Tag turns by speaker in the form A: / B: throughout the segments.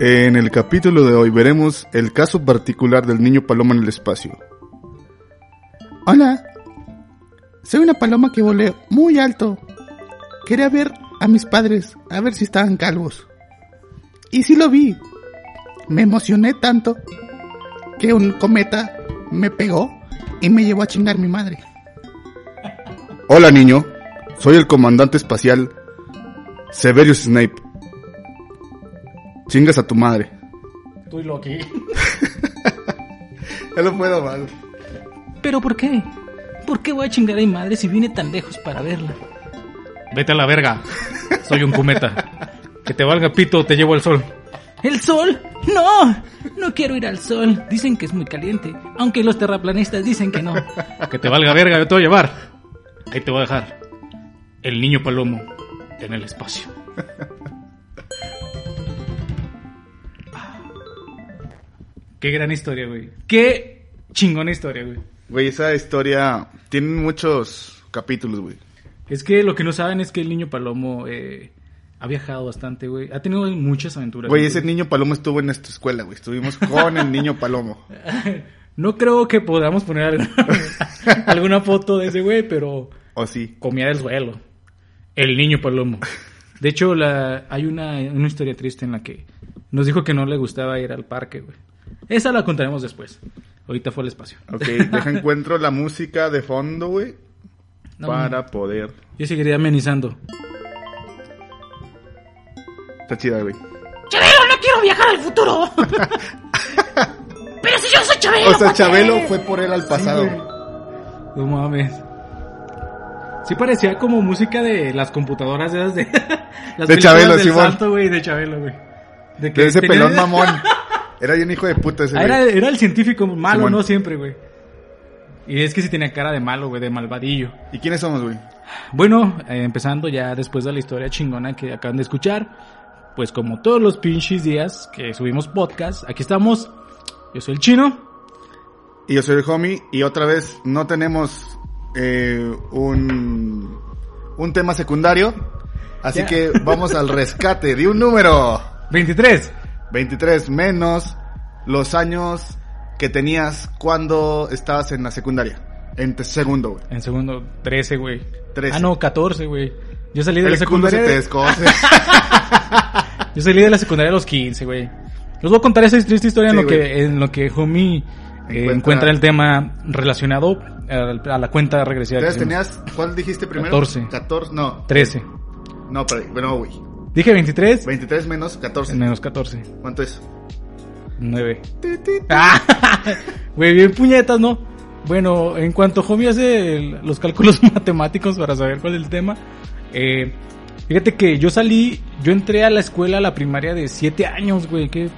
A: En el capítulo de hoy veremos el caso particular del niño paloma en el espacio.
B: Hola, soy una paloma que volé muy alto. Quería ver a mis padres, a ver si estaban calvos. Y sí lo vi. Me emocioné tanto que un cometa me pegó y me llevó a chingar mi madre.
A: Hola niño, soy el comandante espacial Severus Snape. Chingas a tu madre.
C: Tú y Loki.
A: Ya lo puedo mal.
D: ¿Pero por qué? ¿Por qué voy a chingar a mi madre si vine tan lejos para verla?
C: Vete a la verga. Soy un cometa. Que te valga pito, te llevo al sol.
D: ¿El sol? ¡No! No quiero ir al sol. Dicen que es muy caliente. Aunque los terraplanistas dicen que no.
C: Que te valga verga, yo te voy a llevar. Ahí te voy a dejar. El niño palomo en el espacio. Qué gran historia, güey. Qué chingona historia, güey.
A: Güey, esa historia tiene muchos capítulos, güey.
C: Es que lo que no saben es que el niño palomo eh, ha viajado bastante, güey. Ha tenido muchas aventuras.
A: Güey, ese niño palomo estuvo en nuestra escuela, güey. Estuvimos con el niño palomo.
C: No creo que podamos poner alguna, alguna foto de ese güey, pero
A: ¿O sí?
C: comía del suelo. El niño palomo. De hecho, la, hay una, una historia triste en la que nos dijo que no le gustaba ir al parque, güey. Esa la contaremos después. Ahorita fue al espacio.
A: Ok, deja encuentro la música de fondo, güey.
C: No,
A: para poder...
C: Yo seguiría amenizando.
A: Está chida, güey.
D: ¡Chabelo, no quiero viajar al futuro! ¡Pero si yo soy Chabelo!
A: O sea,
D: ¿para qué?
A: Chabelo fue por él al pasado,
C: güey.
A: güey.
C: No mames. Sí parecía como música de las computadoras de esas de... las
A: De
C: películas
A: Chabelo,
C: del
A: Simón.
C: Santo, güey, de Chabelo, güey. De
A: De ese
C: tenía-
A: pelón mamón. Era bien hijo de puta ese
C: Ah, era,
A: güey.
C: era el científico malo,
A: Simón.
C: ¿no? Siempre, güey. Y es que sí tenía cara de malo, güey, de malvadillo.
A: ¿Y quiénes somos, güey?
C: Bueno, eh, empezando ya después de la historia chingona que acaban de escuchar, pues como todos los pinches días que subimos podcast, aquí estamos. Yo soy el chino.
A: Y yo soy el homie. Y otra vez no tenemos eh, un, un tema secundario. Así
C: Ya.
A: que vamos al rescate de un número.
C: 23.
A: 23 menos los años que tenías cuando estabas en la secundaria. En te- segundo, güey.
C: En segundo, 13, güey.
A: 13.
C: Ah, no, 14, güey. Yo salí de la
A: El culo se
C: secundaria.
A: te descoce.
C: Yo salí de la secundaria a los 15, güey. Les voy a contar esa triste historia
A: Sí,
C: en, lo
A: güey.
C: que, en lo que Homie eh,
A: Encuentra-
C: encuentra... el tema relacionado al- a la cuenta regresiva. que
A: Entonces
C: hicimos.
A: tenías, ¿cuál dijiste primero?
C: 14.
A: 14, no.
C: 13.
A: No, pero, no, güey.
C: Dije 23,
A: 23 menos 14.
C: menos 14.
A: ¿Cuánto es?
C: 9. Güey, bien puñetas, ¿no? Bueno, en cuanto Homie hace el- los cálculos matemáticos para saber cuál es el tema, eh, fíjate que yo salí, yo entré a la escuela, a la primaria de 7 años, güey, qué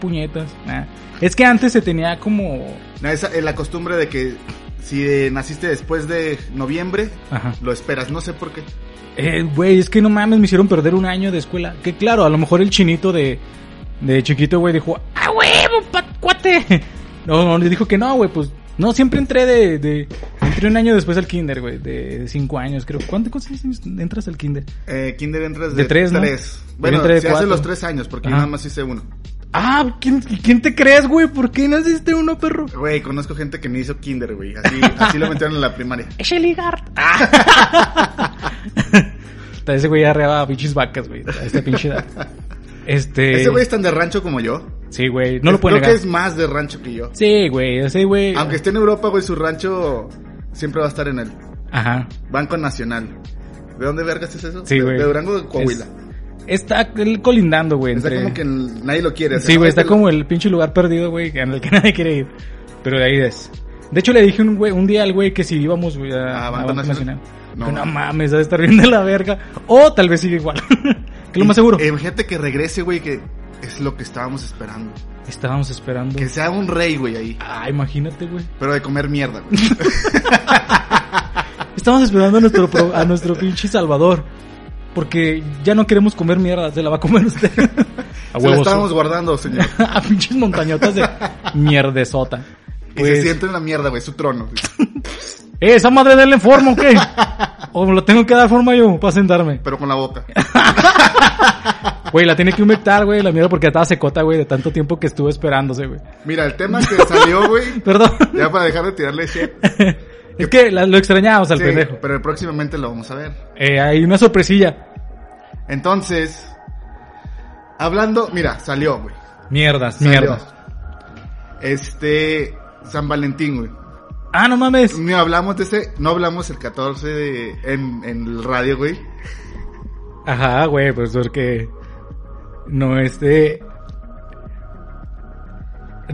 C: puñetas. nah. Es que antes se tenía como...
A: No, esa es la costumbre de que si eh, naciste después de noviembre,
C: Ajá.
A: lo esperas. No sé por qué.
C: Eh, Güey, es que no mames, me hicieron perder un año de escuela. Que claro, a lo mejor el chinito de, de chiquito, güey, dijo, ¡ah, huevo, pa- cuate! No, no, le dijo que no, güey, pues. No, siempre entré de, de- Entré un año después al kinder, güey, de, de cinco años, creo. ¿Cuánto- ¿Cuántos años entras al kinder?
A: Eh, kinder entras de,
C: De tres, ¿no? Yo
A: Bueno,
C: entré de
A: se hace
C: cuatro.
A: los tres años porque yo
C: Ajá.
A: nada más hice uno.
C: ¡Ah! ¿quién, ¿Quién te crees, güey? ¿Por qué naciste uno, perro?
A: Güey, conozco gente que ni hizo kinder, güey. Así, así lo metieron en la primaria.
D: Es el Igart.
C: Hasta ese güey arreaba pinches vacas, güey. a Esta pinche edad. Este.
A: Ese güey es tan de rancho como yo. Eh,
C: Sí, güey. No lo
A: Creo
C: puedo negar.
A: que es Ah. más de rancho que yo.
C: Sí, güey. Ese güey.
A: Aunque esté en Europa, güey, su rancho siempre va a estar en el
C: Ajá.
A: Banco Nacional. ¿De dónde vergas es eso?
C: Sí,
A: De-
C: güey.
A: De Durango de Coahuila.
C: Está el- colindando, güey.
A: Está
C: entre-
A: como que n- nadie lo quiere. o sea,
C: Sí, güey,
A: nadie
C: está
A: lo-
C: como el pinche lugar perdido, güey, en el que nadie quiere ir. Pero de ahí es. De hecho, le dije un, güey, un día al güey que si íbamos güey, a,
A: Ah,
C: a
A: Banda
C: Banco
A: Nacional.
C: Nacional.
A: No.
C: Dijo, No, mames, debe estar bien de la verga. O tal vez sigue igual. que lo más seguro.
A: Eh, Imagínate que regrese, güey, que es lo que estábamos esperando.
C: Estábamos esperando.
A: Que sea un rey, güey, ahí.
C: Ah, imagínate, güey.
A: Pero de comer mierda, güey.
C: Estábamos esperando a nuestro, pro- a nuestro pinche Salvador. Porque ya no queremos comer mierda, se la va a comer usted. a
A: Se la
C: huevos.
A: estábamos guardando, señor.
C: a pinches montañotas de mierdesota.
A: Y
C: Pues.
A: se siente en la mierda, güey, su trono.
C: ¡Eh, esa madre denle forma o qué? ¿O me lo tengo que dar forma yo para sentarme?
A: Pero con la boca.
C: Güey, la tiene que humectar, güey, la mierda porque estaba secota, güey, de tanto tiempo que estuve esperándose, güey.
A: Mira, el tema que salió, güey.
C: Perdón.
A: Ya para dejar de tirarle shit.
C: es que la- lo extrañábamos al
A: Sí,
C: pendejo.
A: pero próximamente lo vamos a ver.
C: Eh, hay una sorpresilla.
A: Entonces, hablando, mira, salió, güey.
C: Mierdas,
A: Salió.
C: mierdas.
A: Este, San Valentín, güey.
C: Ah, no mames.
A: No hablamos de ese, no hablamos el 14 de, en, en el radio, güey.
C: Ajá, güey, pues porque. No, este.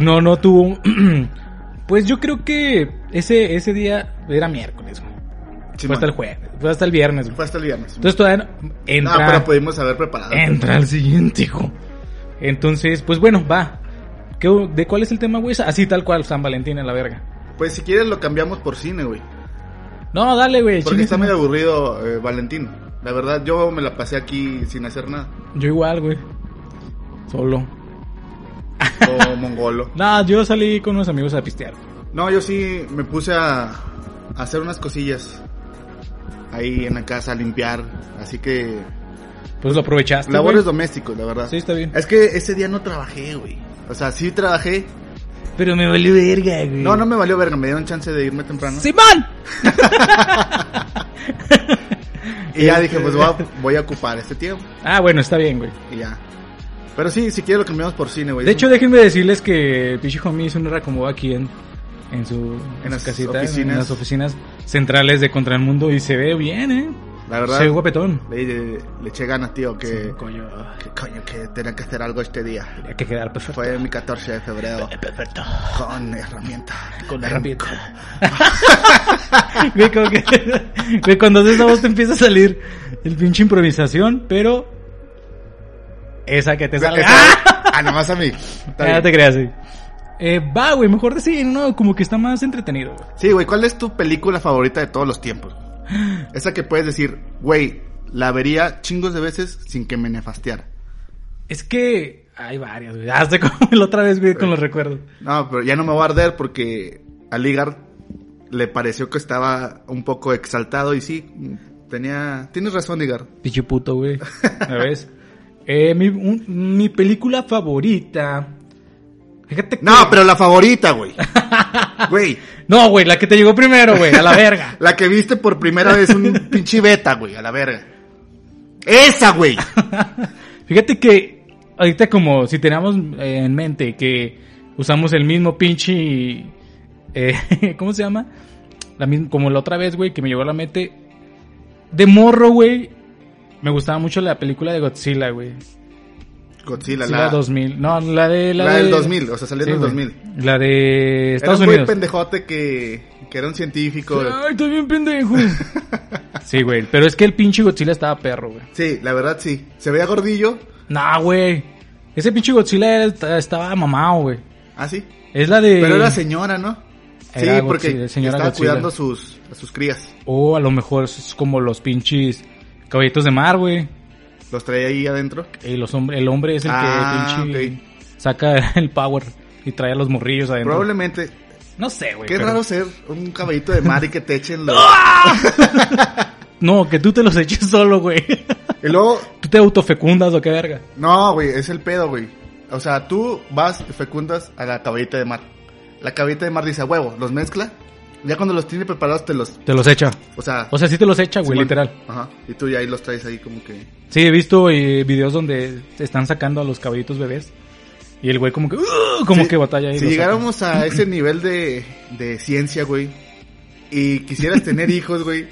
C: No, no tuvo. pues yo creo que ese, ese día era miércoles, güey.
A: Sí,
C: fue hasta el
A: man.
C: jueves, fue hasta el viernes, güey.
A: Fue hasta el viernes.
C: Entonces todavía no- entra.
A: Ah, pero pudimos haber preparado.
C: Entra al siguiente, hijo. Entonces, pues bueno, va. ¿Qué- ¿De cuál es el tema, güey? Así tal cual, San Valentín en la verga.
A: Pues si quieres lo cambiamos por cine, güey.
C: No, dale, güey.
A: Porque
C: chingue
A: está
C: su
A: medio
C: madre.
A: aburrido eh, Valentín. La verdad, yo me la pasé aquí sin hacer nada.
C: Yo igual, güey. Solo.
A: Como mongolo.
C: Nah, yo salí con unos amigos a pistear.
A: No, yo sí me puse a, a hacer unas cosillas. Ahí en la casa, a limpiar. Así que...
C: Pues lo aprovechaste.
A: labores
C: güey.
A: domésticos, la verdad.
C: Sí, está bien.
A: Es que ese día no trabajé, güey. O sea, sí trabajé.
C: Pero me valió verga, güey.
A: No, no me valió verga, me dieron chance de irme temprano.
D: ¡Simón!
A: Y ya dije, pues voy a, voy a ocupar este tiempo.
C: Ah, bueno, está bien, güey.
A: Y ya. Pero sí, si quieres lo cambiamos por cine, güey.
C: De hecho, déjenme decirles que el pinche homie hizo un recomodo aquí en, en su, en
A: las
C: su casita,
A: oficinas.
C: en las oficinas centrales de Contra el Mundo y se ve bien, ¿eh?
A: la verdad,
C: Se ve guapetón.
A: le, le- le eché ganas, tío, que,
C: Sí, coño, ah,
A: que coño, que tenía que hacer algo este día.
C: tenía que quedar pues, perfecto.
A: Fue mi 14 de febrero
C: Perfecto.
A: con herramientas.
C: Con la herramienta. Güey, como que- güey, cuando haces esa voz te empieza a salir el pinche improvisación, pero esa que te sale. ¡Ah!
A: Ah, nomás a mí. Está
C: Ah,
A: bien.
C: no te creas, sí. Eh, va, güey, mejor decir, no, como que está más entretenido, güey.
A: Sí, güey, ¿cuál es tu película favorita de todos los tiempos? Esa que puedes decir, güey, la vería chingos de veces sin que me nefasteara.
C: Es que hay varias, güey. Hazte como la otra vez, güey, con los recuerdos.
A: No, pero ya no me voy a arder porque a Ligar le pareció que estaba un poco exaltado y sí, tenía... Tienes razón, Ligar.
C: Pinche puto, güey. ¿Me ves? Eh, mi, un- mi película favorita. Fíjate que.
A: No, pero la favorita, güey. Güey,
C: No, güey, la que te llegó primero, güey, a la verga.
A: la que viste por primera vez un pinche beta, güey, a la verga. Esa, güey.
C: Fíjate que ahorita como si teníamos eh, en mente que usamos el mismo pinche... eh, ¿Cómo se llama? La misma, como la otra vez, güey, que me llegó a la mente. De morro, güey. Me gustaba mucho la película de Godzilla, güey.
A: Godzilla,
C: Godzilla
A: la...
C: 2000. No, la de... La,
A: la
C: de-
A: del 2000, o sea, salió en el
C: güey.
A: 2000.
C: La de
A: Era
C: Estados
A: un güey
C: Unidos.
A: pendejote que, que era un científico.
C: Ay, estoy bien pendejo. sí, güey. Pero es que el pinche Godzilla estaba perro, güey.
A: Sí, la verdad sí. Se veía gordillo.
C: Nah, güey. Ese pinche Godzilla era- estaba mamado, güey.
A: Ah, sí.
C: Es la de.
A: Pero era señora, ¿no?
C: Era
A: sí, porque
C: Godzilla, señora
A: estaba
C: Godzilla.
A: cuidando a sus, a sus crías.
C: O Oh, a lo mejor es como los pinches caballitos de mar, güey.
A: Los traía ahí adentro.
C: Y los hombre, el hombre es el
A: Ah,
C: que pinche saca el power y trae a los morrillos adentro.
A: Probablemente.
C: No sé, güey.
A: Qué
C: pero-
A: raro ser un caballito de mar y que te echen los...
C: No, que tú te los eches solo, güey.
A: y luego,
C: tú te autofecundas o qué verga.
A: no, güey, es el pedo, güey. O sea, tú vas y fecundas a la caballita de mar. La caballita de mar dice, "A huevo, los mezcla. Ya cuando los tiene preparados te los...
C: Te los echa.
A: O sea...
C: O sea, sí te los echa, güey,
A: Simón.
C: literal.
A: Ajá. Y tú ya ahí los traes ahí como que...
C: Sí, he visto eh, videos donde te están sacando a los caballitos bebés. Y el güey como que... "Uh", como
A: Sí,
C: que batalla ahí.
A: Si
C: los saca.
A: llegáramos a ese nivel de, de ciencia, güey, y quisieras tener hijos, güey,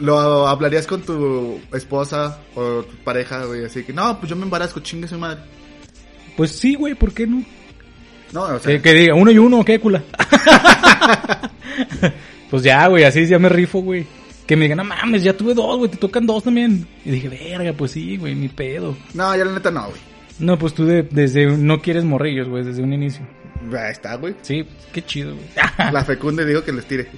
A: lo hablarías con tu esposa o tu pareja, güey, así que, no, pues yo me embarazco, chingue su madre.
C: Pues sí, güey, ¿por qué no?
A: No, o sea,
C: Que, que diga, uno y uno, qué cula. pues ya, güey, así ya me rifo, güey. Que me digan, no mames, ya tuve dos, güey, te tocan dos también. Y dije, verga, pues sí, güey, ni pedo.
A: no, ya la neta no, güey.
C: No, pues tú de- desde un- no quieres morrillos, güey, desde un inicio.
A: Ahí está, güey.
C: Sí, pues, qué chido, güey.
A: La fecunda y digo que les tire.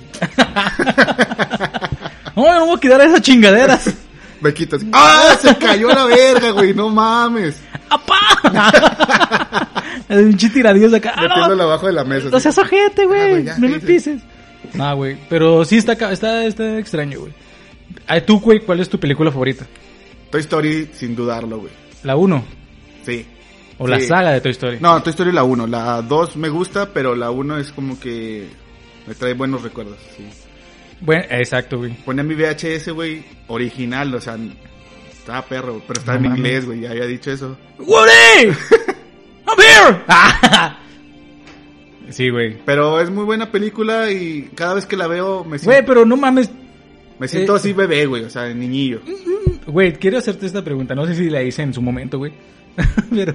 C: no, yo no voy a quedar a esas chingaderas.
A: Me quito así. ¡Ah! Se cayó la verga, güey. No mames.
C: El pinche tiradillos acá. "Ah, no,
A: Metiéndola abajo de la mesa.
C: no
A: así.
C: seas ojete,
A: Ah,
C: güey.
A: güey, ya,
C: no
A: sí,
C: me
A: sí.
C: pises. Ah, güey, pero sí está, ca- está, está extraño, güey. Ah, Tú, güey, ¿cuál es tu película favorita?
A: Toy Story, sin dudarlo, güey.
C: La 1.
A: Sí.
C: O la
A: Sí.
C: saga de Toy Story.
A: No, Toy Story la 1. La 2 me gusta, pero la 1 es como que me trae buenos recuerdos. Sí.
C: Bueno, exacto, güey.
A: Ponía mi VHS, güey, original, o sea, estaba perro, pero estaba
C: No
A: en
C: mames.
A: inglés, güey, ya había dicho eso.
C: ¡Woody! ¡I'm here! Ah. sí, güey.
A: Pero es muy buena película y cada vez que la veo me
C: Güey,
A: siento,
C: pero no mames.
A: me siento
C: eh. Mm.
A: así bebé, güey, o sea, niñillo.
C: Güey, quiero hacerte esta pregunta. No sé si la hice en su momento, güey. pero.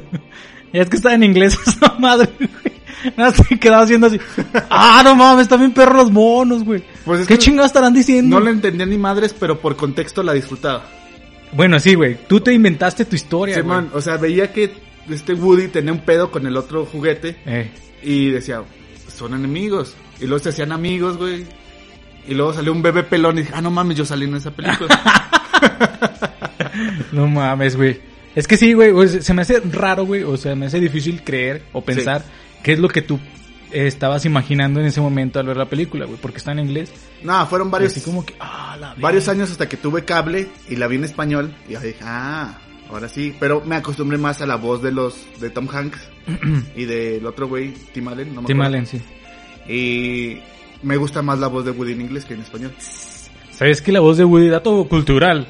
C: Es que está en inglés esa madre, güey. Nada más me quedaba haciendo así. Ah, no mames, también perros los monos, güey.
A: Pues es
C: ¿Qué
A: que-
C: chingados estarán diciendo?
A: No la entendía ni madres, pero por contexto la disfrutaba.
C: Bueno, sí, güey. Tú te inventaste tu historia,
A: Sí,
C: güey.
A: man, o sea, veía que este Woody tenía un pedo con el otro juguete
C: Eh.
A: y decía, son enemigos. Y luego se hacían amigos, güey. Y luego salió un bebé pelón y dije, ah, no mames, yo salí en esa película.
C: No mames, güey. Es que sí, güey, o sea, se me hace raro, güey, o sea, me hace difícil creer o pensar qué es lo que tú eh, estabas imaginando en ese momento al ver la película, güey, porque está en inglés.
A: no, fueron varios,
C: Varios, así como que, ah, la
A: varios
C: verga.
A: años hasta que tuve cable y la vi en español. Y ya dije, ah, ahora sí. Pero me acostumbré más a la voz de los, de Tom Hanks y del otro güey, Tim Allen, no me
C: Tim
A: acuerdo.
C: Allen, sí.
A: Y me gusta más la voz de Woody en inglés que en español.
C: ¿Sabes que la voz de Woody, dato cultural,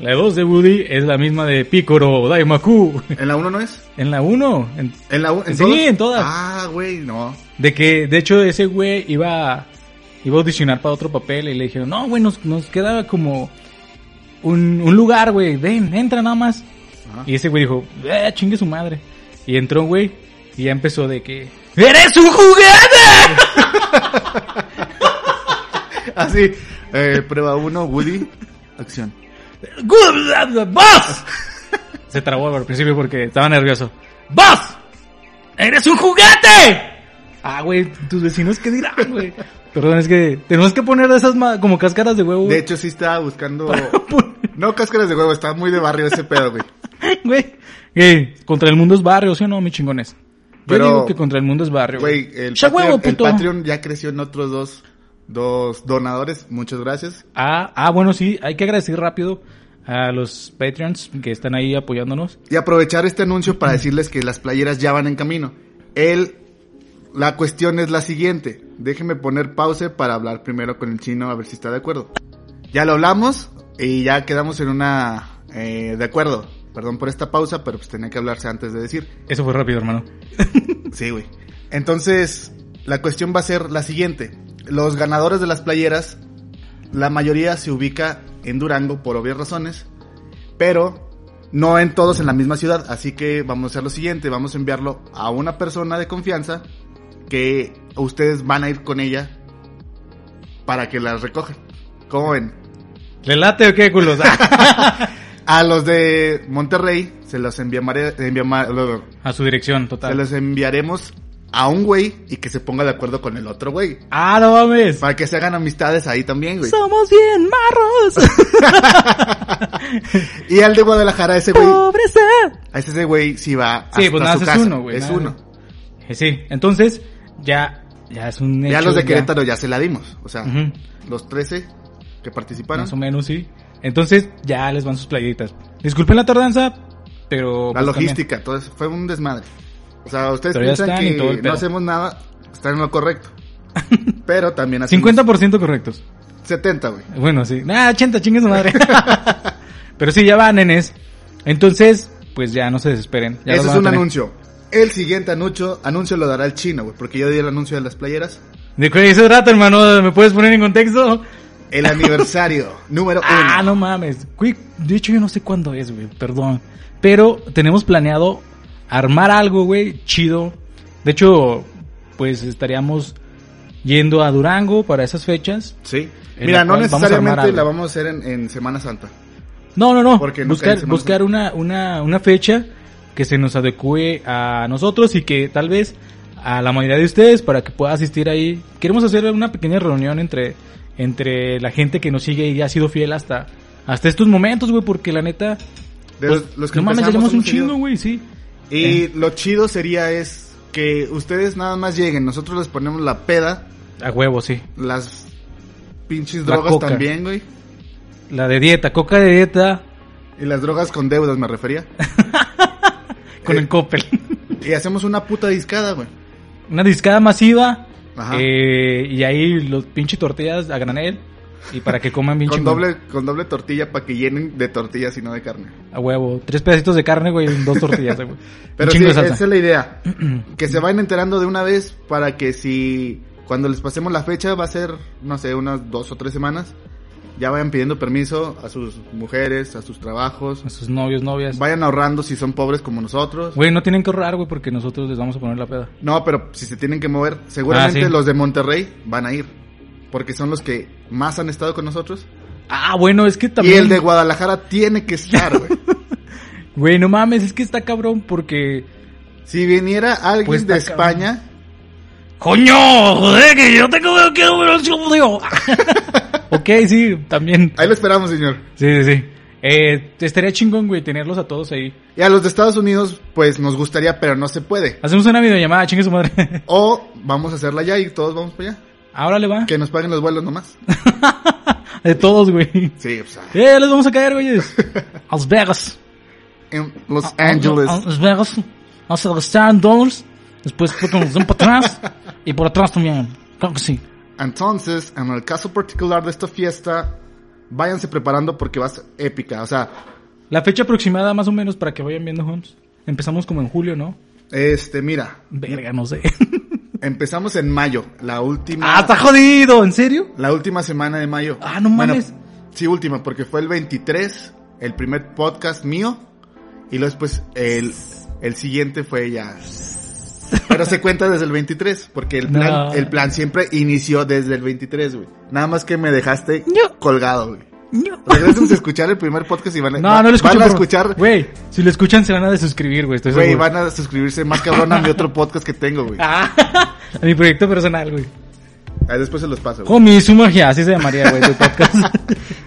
C: la voz de Woody es la misma de Picoro o Daimaku
A: ¿En la 1 no es?
C: en la 1? en-
A: ¿En la 1?
C: Sí, en todas.
A: Ah, güey, no.
C: De que, de hecho, ese güey iba, iba a audicionar para otro papel y le dijeron, no, güey, nos, nos queda como un, un lugar, güey, ven, entra nada más.
A: Ajá.
C: Y ese güey dijo, "Eh, chingue su madre. Y entró, güey, y ya empezó de que, ¡Eres un juguete!
A: Así, eh, prueba 1, Woody, acción.
C: ¡Vas! Se trabó al principio porque estaba nervioso. ¡Vas! ¡Eres un juguete! Ah, güey, tus vecinos qué dirán, güey. Perdón, es que tenemos que poner de esas ma- como cáscaras de huevo.
A: De hecho, sí estaba buscando.
C: güey.
A: No cáscaras de huevo, estaba muy de barrio ese pedo, güey.
C: Güey. Güey, contra el mundo es barrio, ¿sí o no, mis chingones? Yo
A: Pero-
C: digo que contra el mundo es barrio.
A: Güey, el,
C: Cha
A: Patreon-
C: huevo,
A: el
C: puto.
A: Patreon ya creció en otros dos, dos donadores. Muchas gracias.
C: Ah, ah, bueno, sí, hay que agradecer rápido a los Patreons que están ahí apoyándonos.
A: Y aprovechar este anuncio para decirles que las playeras ya van en camino. El, la cuestión es la siguiente. Déjenme poner pause para hablar primero con el chino a ver si está de acuerdo. Ya lo hablamos y ya quedamos en una... eh, de acuerdo. Perdón por esta pausa, pero pues tenía que hablarse antes de decir.
C: Eso fue rápido, hermano.
A: Sí, güey. Entonces, la cuestión va a ser la siguiente. Los ganadores de las playeras, la mayoría se ubica en Durango por obvias razones, pero no en todos en la misma ciudad. Así que vamos a hacer lo siguiente, vamos a enviarlo a una persona de confianza que ustedes van a ir con ella para que las recojan. ¿Cómo ven?
C: ¿Le late o qué, culos? Ah,
A: A los de Monterrey se los enviamaré, enviama-
C: a su dirección,
A: se
C: total.
A: los enviaremos a un güey y que se ponga de acuerdo con el otro güey.
C: Ah, no mames.
A: Para que se hagan amistades ahí también, güey.
D: Somos bien marros.
A: Y al de Guadalajara, ese güey,
D: Pobreza.
A: a ese güey sí va
C: Sí,
A: hasta
C: pues nada,
A: su
C: es
A: casa.
C: uno, güey,
A: Es
C: nada.
A: uno.
C: Eh, Sí, entonces, ya, ya es un
A: Ya
C: hecho,
A: los de Querétaro ya se la dimos. O sea,
C: Ujú.
A: los 13 que participaron.
C: Más o menos, sí. Entonces, ya les van sus playeritas. Disculpen la tardanza, pero...
A: La
C: pues, también.
A: logística, todo eso. Fue un desmadre. O sea, ustedes
C: Pero ya
A: piensan
C: están y todo
A: que
C: el
A: no
C: pedo.
A: hacemos nada, están en lo correcto. Pero también hacemos
C: 50% correctos.
A: 70, güey.
C: Bueno, sí. Nah, 80, chingue su madre. Pero sí, ya va, nenes. Entonces, pues ya no se desesperen. Ya los
A: Ese es
C: van a
A: un
C: tener.
A: anuncio. El siguiente anuncio, anuncio lo dará el chino, güey, porque yo di el anuncio de las playeras.
C: ¿De qué dice rato, hermano? ¿Me puedes poner en contexto?
A: El aniversario número uno.
C: Ah, no mames. Güey, De hecho, yo no sé cuándo es, güey. Perdón. Pero tenemos planeado armar algo, güey, chido. De hecho, pues estaríamos yendo a Durango para esas fechas.
A: Sí.
C: En
A: Mira,
C: la
A: no
C: cual vamos a armar
A: necesariamente
C: algo.
A: la vamos a hacer en, en Semana Santa.
C: No, no, no.
A: Porque nunca hay
C: buscar
A: Semana
C: buscar
A: Santa.
C: una, una, una fecha que se nos adecue a nosotros y que tal vez a la mayoría de ustedes para que pueda asistir ahí. Queremos hacer una pequeña reunión entre, entre la gente que nos sigue y ha sido fiel hasta, hasta estos momentos, güey, porque la neta...
A: De
C: pues,
A: los, los que
C: no mames, ya
A: empezamos
C: llevamos un
A: hemos seguido.
C: chingo, güey, Eh. sí.
A: Y lo chido sería es que ustedes nada más lleguen. Nosotros les ponemos la peda,
C: A huevo, sí.
A: las pinches
C: La
A: drogas
C: coca.
A: también, güey.
C: La de dieta, coca de dieta.
A: Y las drogas con deudas me refería.
C: con
A: Eh.
C: el Coppel.
A: Y hacemos una puta discada, güey.
C: Una discada masiva.
A: Ajá.
C: eh, y ahí los pinches tortillas a granel. Y para que coman bien
A: Con
C: chingón.
A: doble, con doble tortilla para que llenen de tortillas y no de carne.
C: A huevo. Tres pedacitos de carne, güey. Dos tortillas, güey.
A: Pero
C: un
A: sí,
C: chingo de
A: esa
C: salsa.
A: es la idea. que se vayan enterando de una vez para que si cuando les pasemos la fecha va a ser, no sé, unas dos o tres semanas, ya vayan pidiendo permiso a sus mujeres, a sus trabajos,
C: A sus novios, novias.
A: vayan ahorrando si son pobres como nosotros.
C: Güey, no tienen que ahorrar, güey, porque nosotros les vamos a poner la peda.
A: No, pero si se tienen que mover, seguramente
C: Ah, sí.
A: los de Monterrey van a ir, porque son los que más han estado con nosotros.
C: Ah, bueno, es que
A: Y
C: también.
A: el de Guadalajara tiene que estar, güey.
C: Güey, no mames, es que está cabrón porque.
A: Si viniera alguien
C: Pues
A: de
C: está cabrón.
A: España,
C: ¡Coño! ¡Joder, que yo tengo que quiero Ok, sí, también.
A: ahí lo esperamos, señor.
C: Sí, sí, sí. Eh, estaría chingón, güey, tenerlos a todos ahí.
A: Y a los de Estados Unidos, pues nos gustaría, pero no se puede.
C: Hacemos una videollamada, chingue su madre.
A: O vamos a hacerla ya y todos vamos para allá.
C: Ahora le va.
A: Que nos paguen los vuelos nomás.
C: De todos, güey.
A: Sí, o sea,
C: Eh, ya les vamos a caer, güeyes. A Las Vegas.
A: en Los
C: Ah,
A: Ángeles.
C: A Las Vegas. Vamos a gastar en dólares. Después creo que nos den para atrás. Y por atrás también. Claro que sí.
A: Entonces, en el caso particular de esta fiesta, váyanse preparando porque va a ser épica. O sea,
C: La fecha aproximada, más o menos, para que vayan viendo, Holmes. Empezamos como en julio, ¿no?
A: este, mira,
C: Verga, no sé.
A: empezamos en mayo, la última.
C: ¡Ah, está jodido! ¿En serio?
A: La última semana de mayo.
C: Ah, no
A: Bueno,
C: mames.
A: sí, última, porque fue el 23, el primer podcast mío. Y luego después el, el siguiente fue ya. Pero se cuenta desde el 23, porque el plan,
C: No.
A: el plan siempre inició desde el 23, güey. Nada más que me dejaste colgado, güey. Regresen a escuchar el primer podcast y van a,
C: No, no lo escuchan.
A: Pues van a
C: por-
A: escuchar,
C: Güey, si lo escuchan se van a desuscribir, güey. estoy
A: güey,
C: seguro.
A: van a suscribirse más cabrón a mi otro podcast que tengo, güey.
C: Ah, a mi proyecto personal, güey.
A: Ahí después se los paso, güey.
C: Homie, su magia, así se llamaría, güey, tu podcast.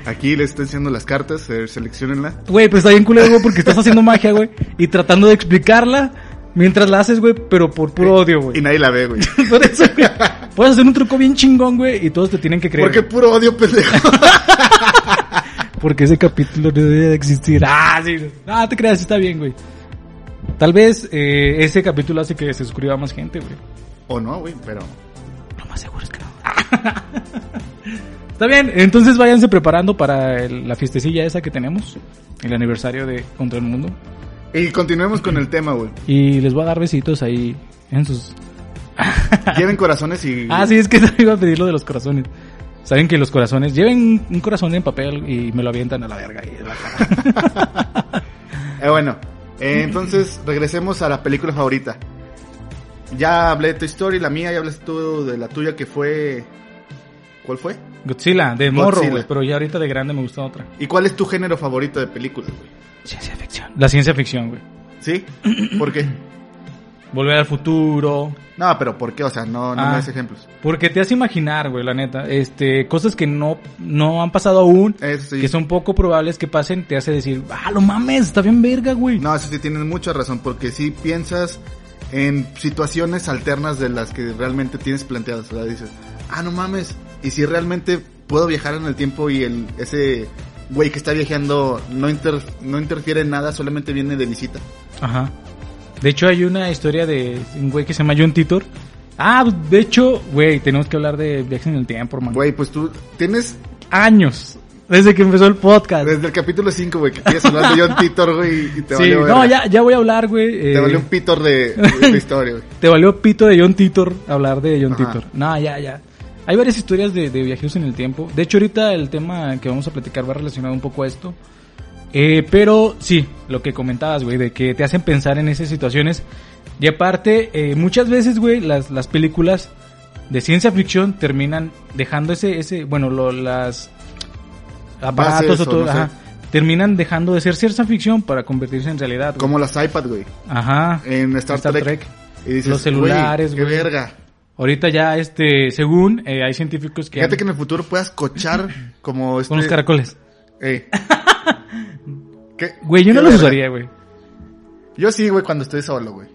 A: Aquí les estoy enseñando las cartas, eh, seleccionenla.
C: Güey, pero está bien culero, güey, porque estás haciendo magia, güey. Y tratando de explicarla mientras la haces, güey, pero por puro odio,
A: Y
C: güey.
A: nadie la ve, güey.
C: Por eso, güey. Puedes hacer un truco bien chingón, güey, y todos te tienen que creer.
A: Porque
C: güey.
A: puro odio, pendejo.
C: Porque ese capítulo no debe de existir. Ah, sí. Ah, te creas, está bien, güey. Tal vez eh, ese capítulo hace que se suscriba más gente, güey.
A: O no, güey, pero.
C: Lo más seguro es que no. Está bien, entonces váyanse preparando para el- la fiestecilla esa que tenemos, el aniversario de Contra el Mundo.
A: Y continuemos con el tema, güey.
C: Y les voy a dar besitos ahí en sus...
A: Quieren corazones y.
C: Ah, sí, es que iba a pedir lo de los corazones. Saben que los corazones, lleven un corazón en papel y me lo avientan a la verga. ahí en la cara.
A: Eh, bueno, eh, entonces regresemos a la película favorita. Ya hablé de tu historia, la mía, ya hablaste tú de la tuya que fue. ¿Cuál fue?
C: Godzilla, de morro,
A: Godzilla.
C: güey, pero ya ahorita de grande me gusta otra.
A: ¿Y cuál es tu género favorito de películas, güey?
D: Ciencia ficción.
C: La ciencia ficción, güey.
A: ¿Sí? ¿Por qué?
C: Volver al futuro.
A: No, pero ¿por qué? O sea, no, no
C: Ah.
A: me des ejemplos.
C: Porque te hace imaginar, güey, la neta. Este, cosas que no, no han pasado aún.
A: Eso sí.
C: que son poco probables que pasen, te hace decir, ah, lo mames, está bien verga, güey.
A: No, eso sí tienes mucha razón, porque sí piensas en situaciones alternas de las que realmente tienes planteadas. O sea, dices, ah, no mames, y si realmente puedo viajar en el tiempo y el ese güey que está viajando no, inter- no interfiere en nada, solamente viene de visita.
C: Ajá. De hecho, hay una historia de un güey que se llama John Titor. Ah, de hecho, güey, tenemos que hablar de viajes en el tiempo, man.
A: Güey, pues tú tienes
C: Años. Desde que empezó el podcast.
A: desde el capítulo 5, güey, que quieres hablar de John Titor, güey, y te
C: sí,
A: valió
C: no,
A: verga.
C: ya, ya voy a hablar, güey. eh,
A: Te valió un pitor de, de tu historia, güey.
C: te valió pito de John Titor hablar de John
A: Ajá.
C: Titor. No, ya, ya. Hay varias historias de, de viajeros en el tiempo. De hecho, ahorita el tema que vamos a platicar va relacionado un poco a esto. Eh, pero sí, lo que comentabas, güey, de que te hacen pensar en esas situaciones. Y aparte, eh, muchas veces, güey, las, las películas de ciencia ficción terminan dejando ese, ese bueno, lo- las aparatos
A: Bases
C: o
A: o
C: todo,
A: no sé.
C: ajá, terminan dejando de ser ciencia ficción para convertirse en realidad. güey.
A: Como las iPad, güey,
C: Ajá.
A: en Star,
C: Star
A: Trek.
C: Trek.
A: Y dices,
C: Los celulares,
A: güey. Qué
C: güey.
A: verga.
C: Ahorita ya, este, según eh, hay científicos que,
A: Fíjate
C: han-
A: que en el futuro puedas cochar como este...
C: con los caracoles.
A: Ey. ¿Qué-
C: Güey, yo no
A: qué
C: los
A: verga?
C: usaría, güey.
A: Yo sí, güey, cuando estoy solo, güey.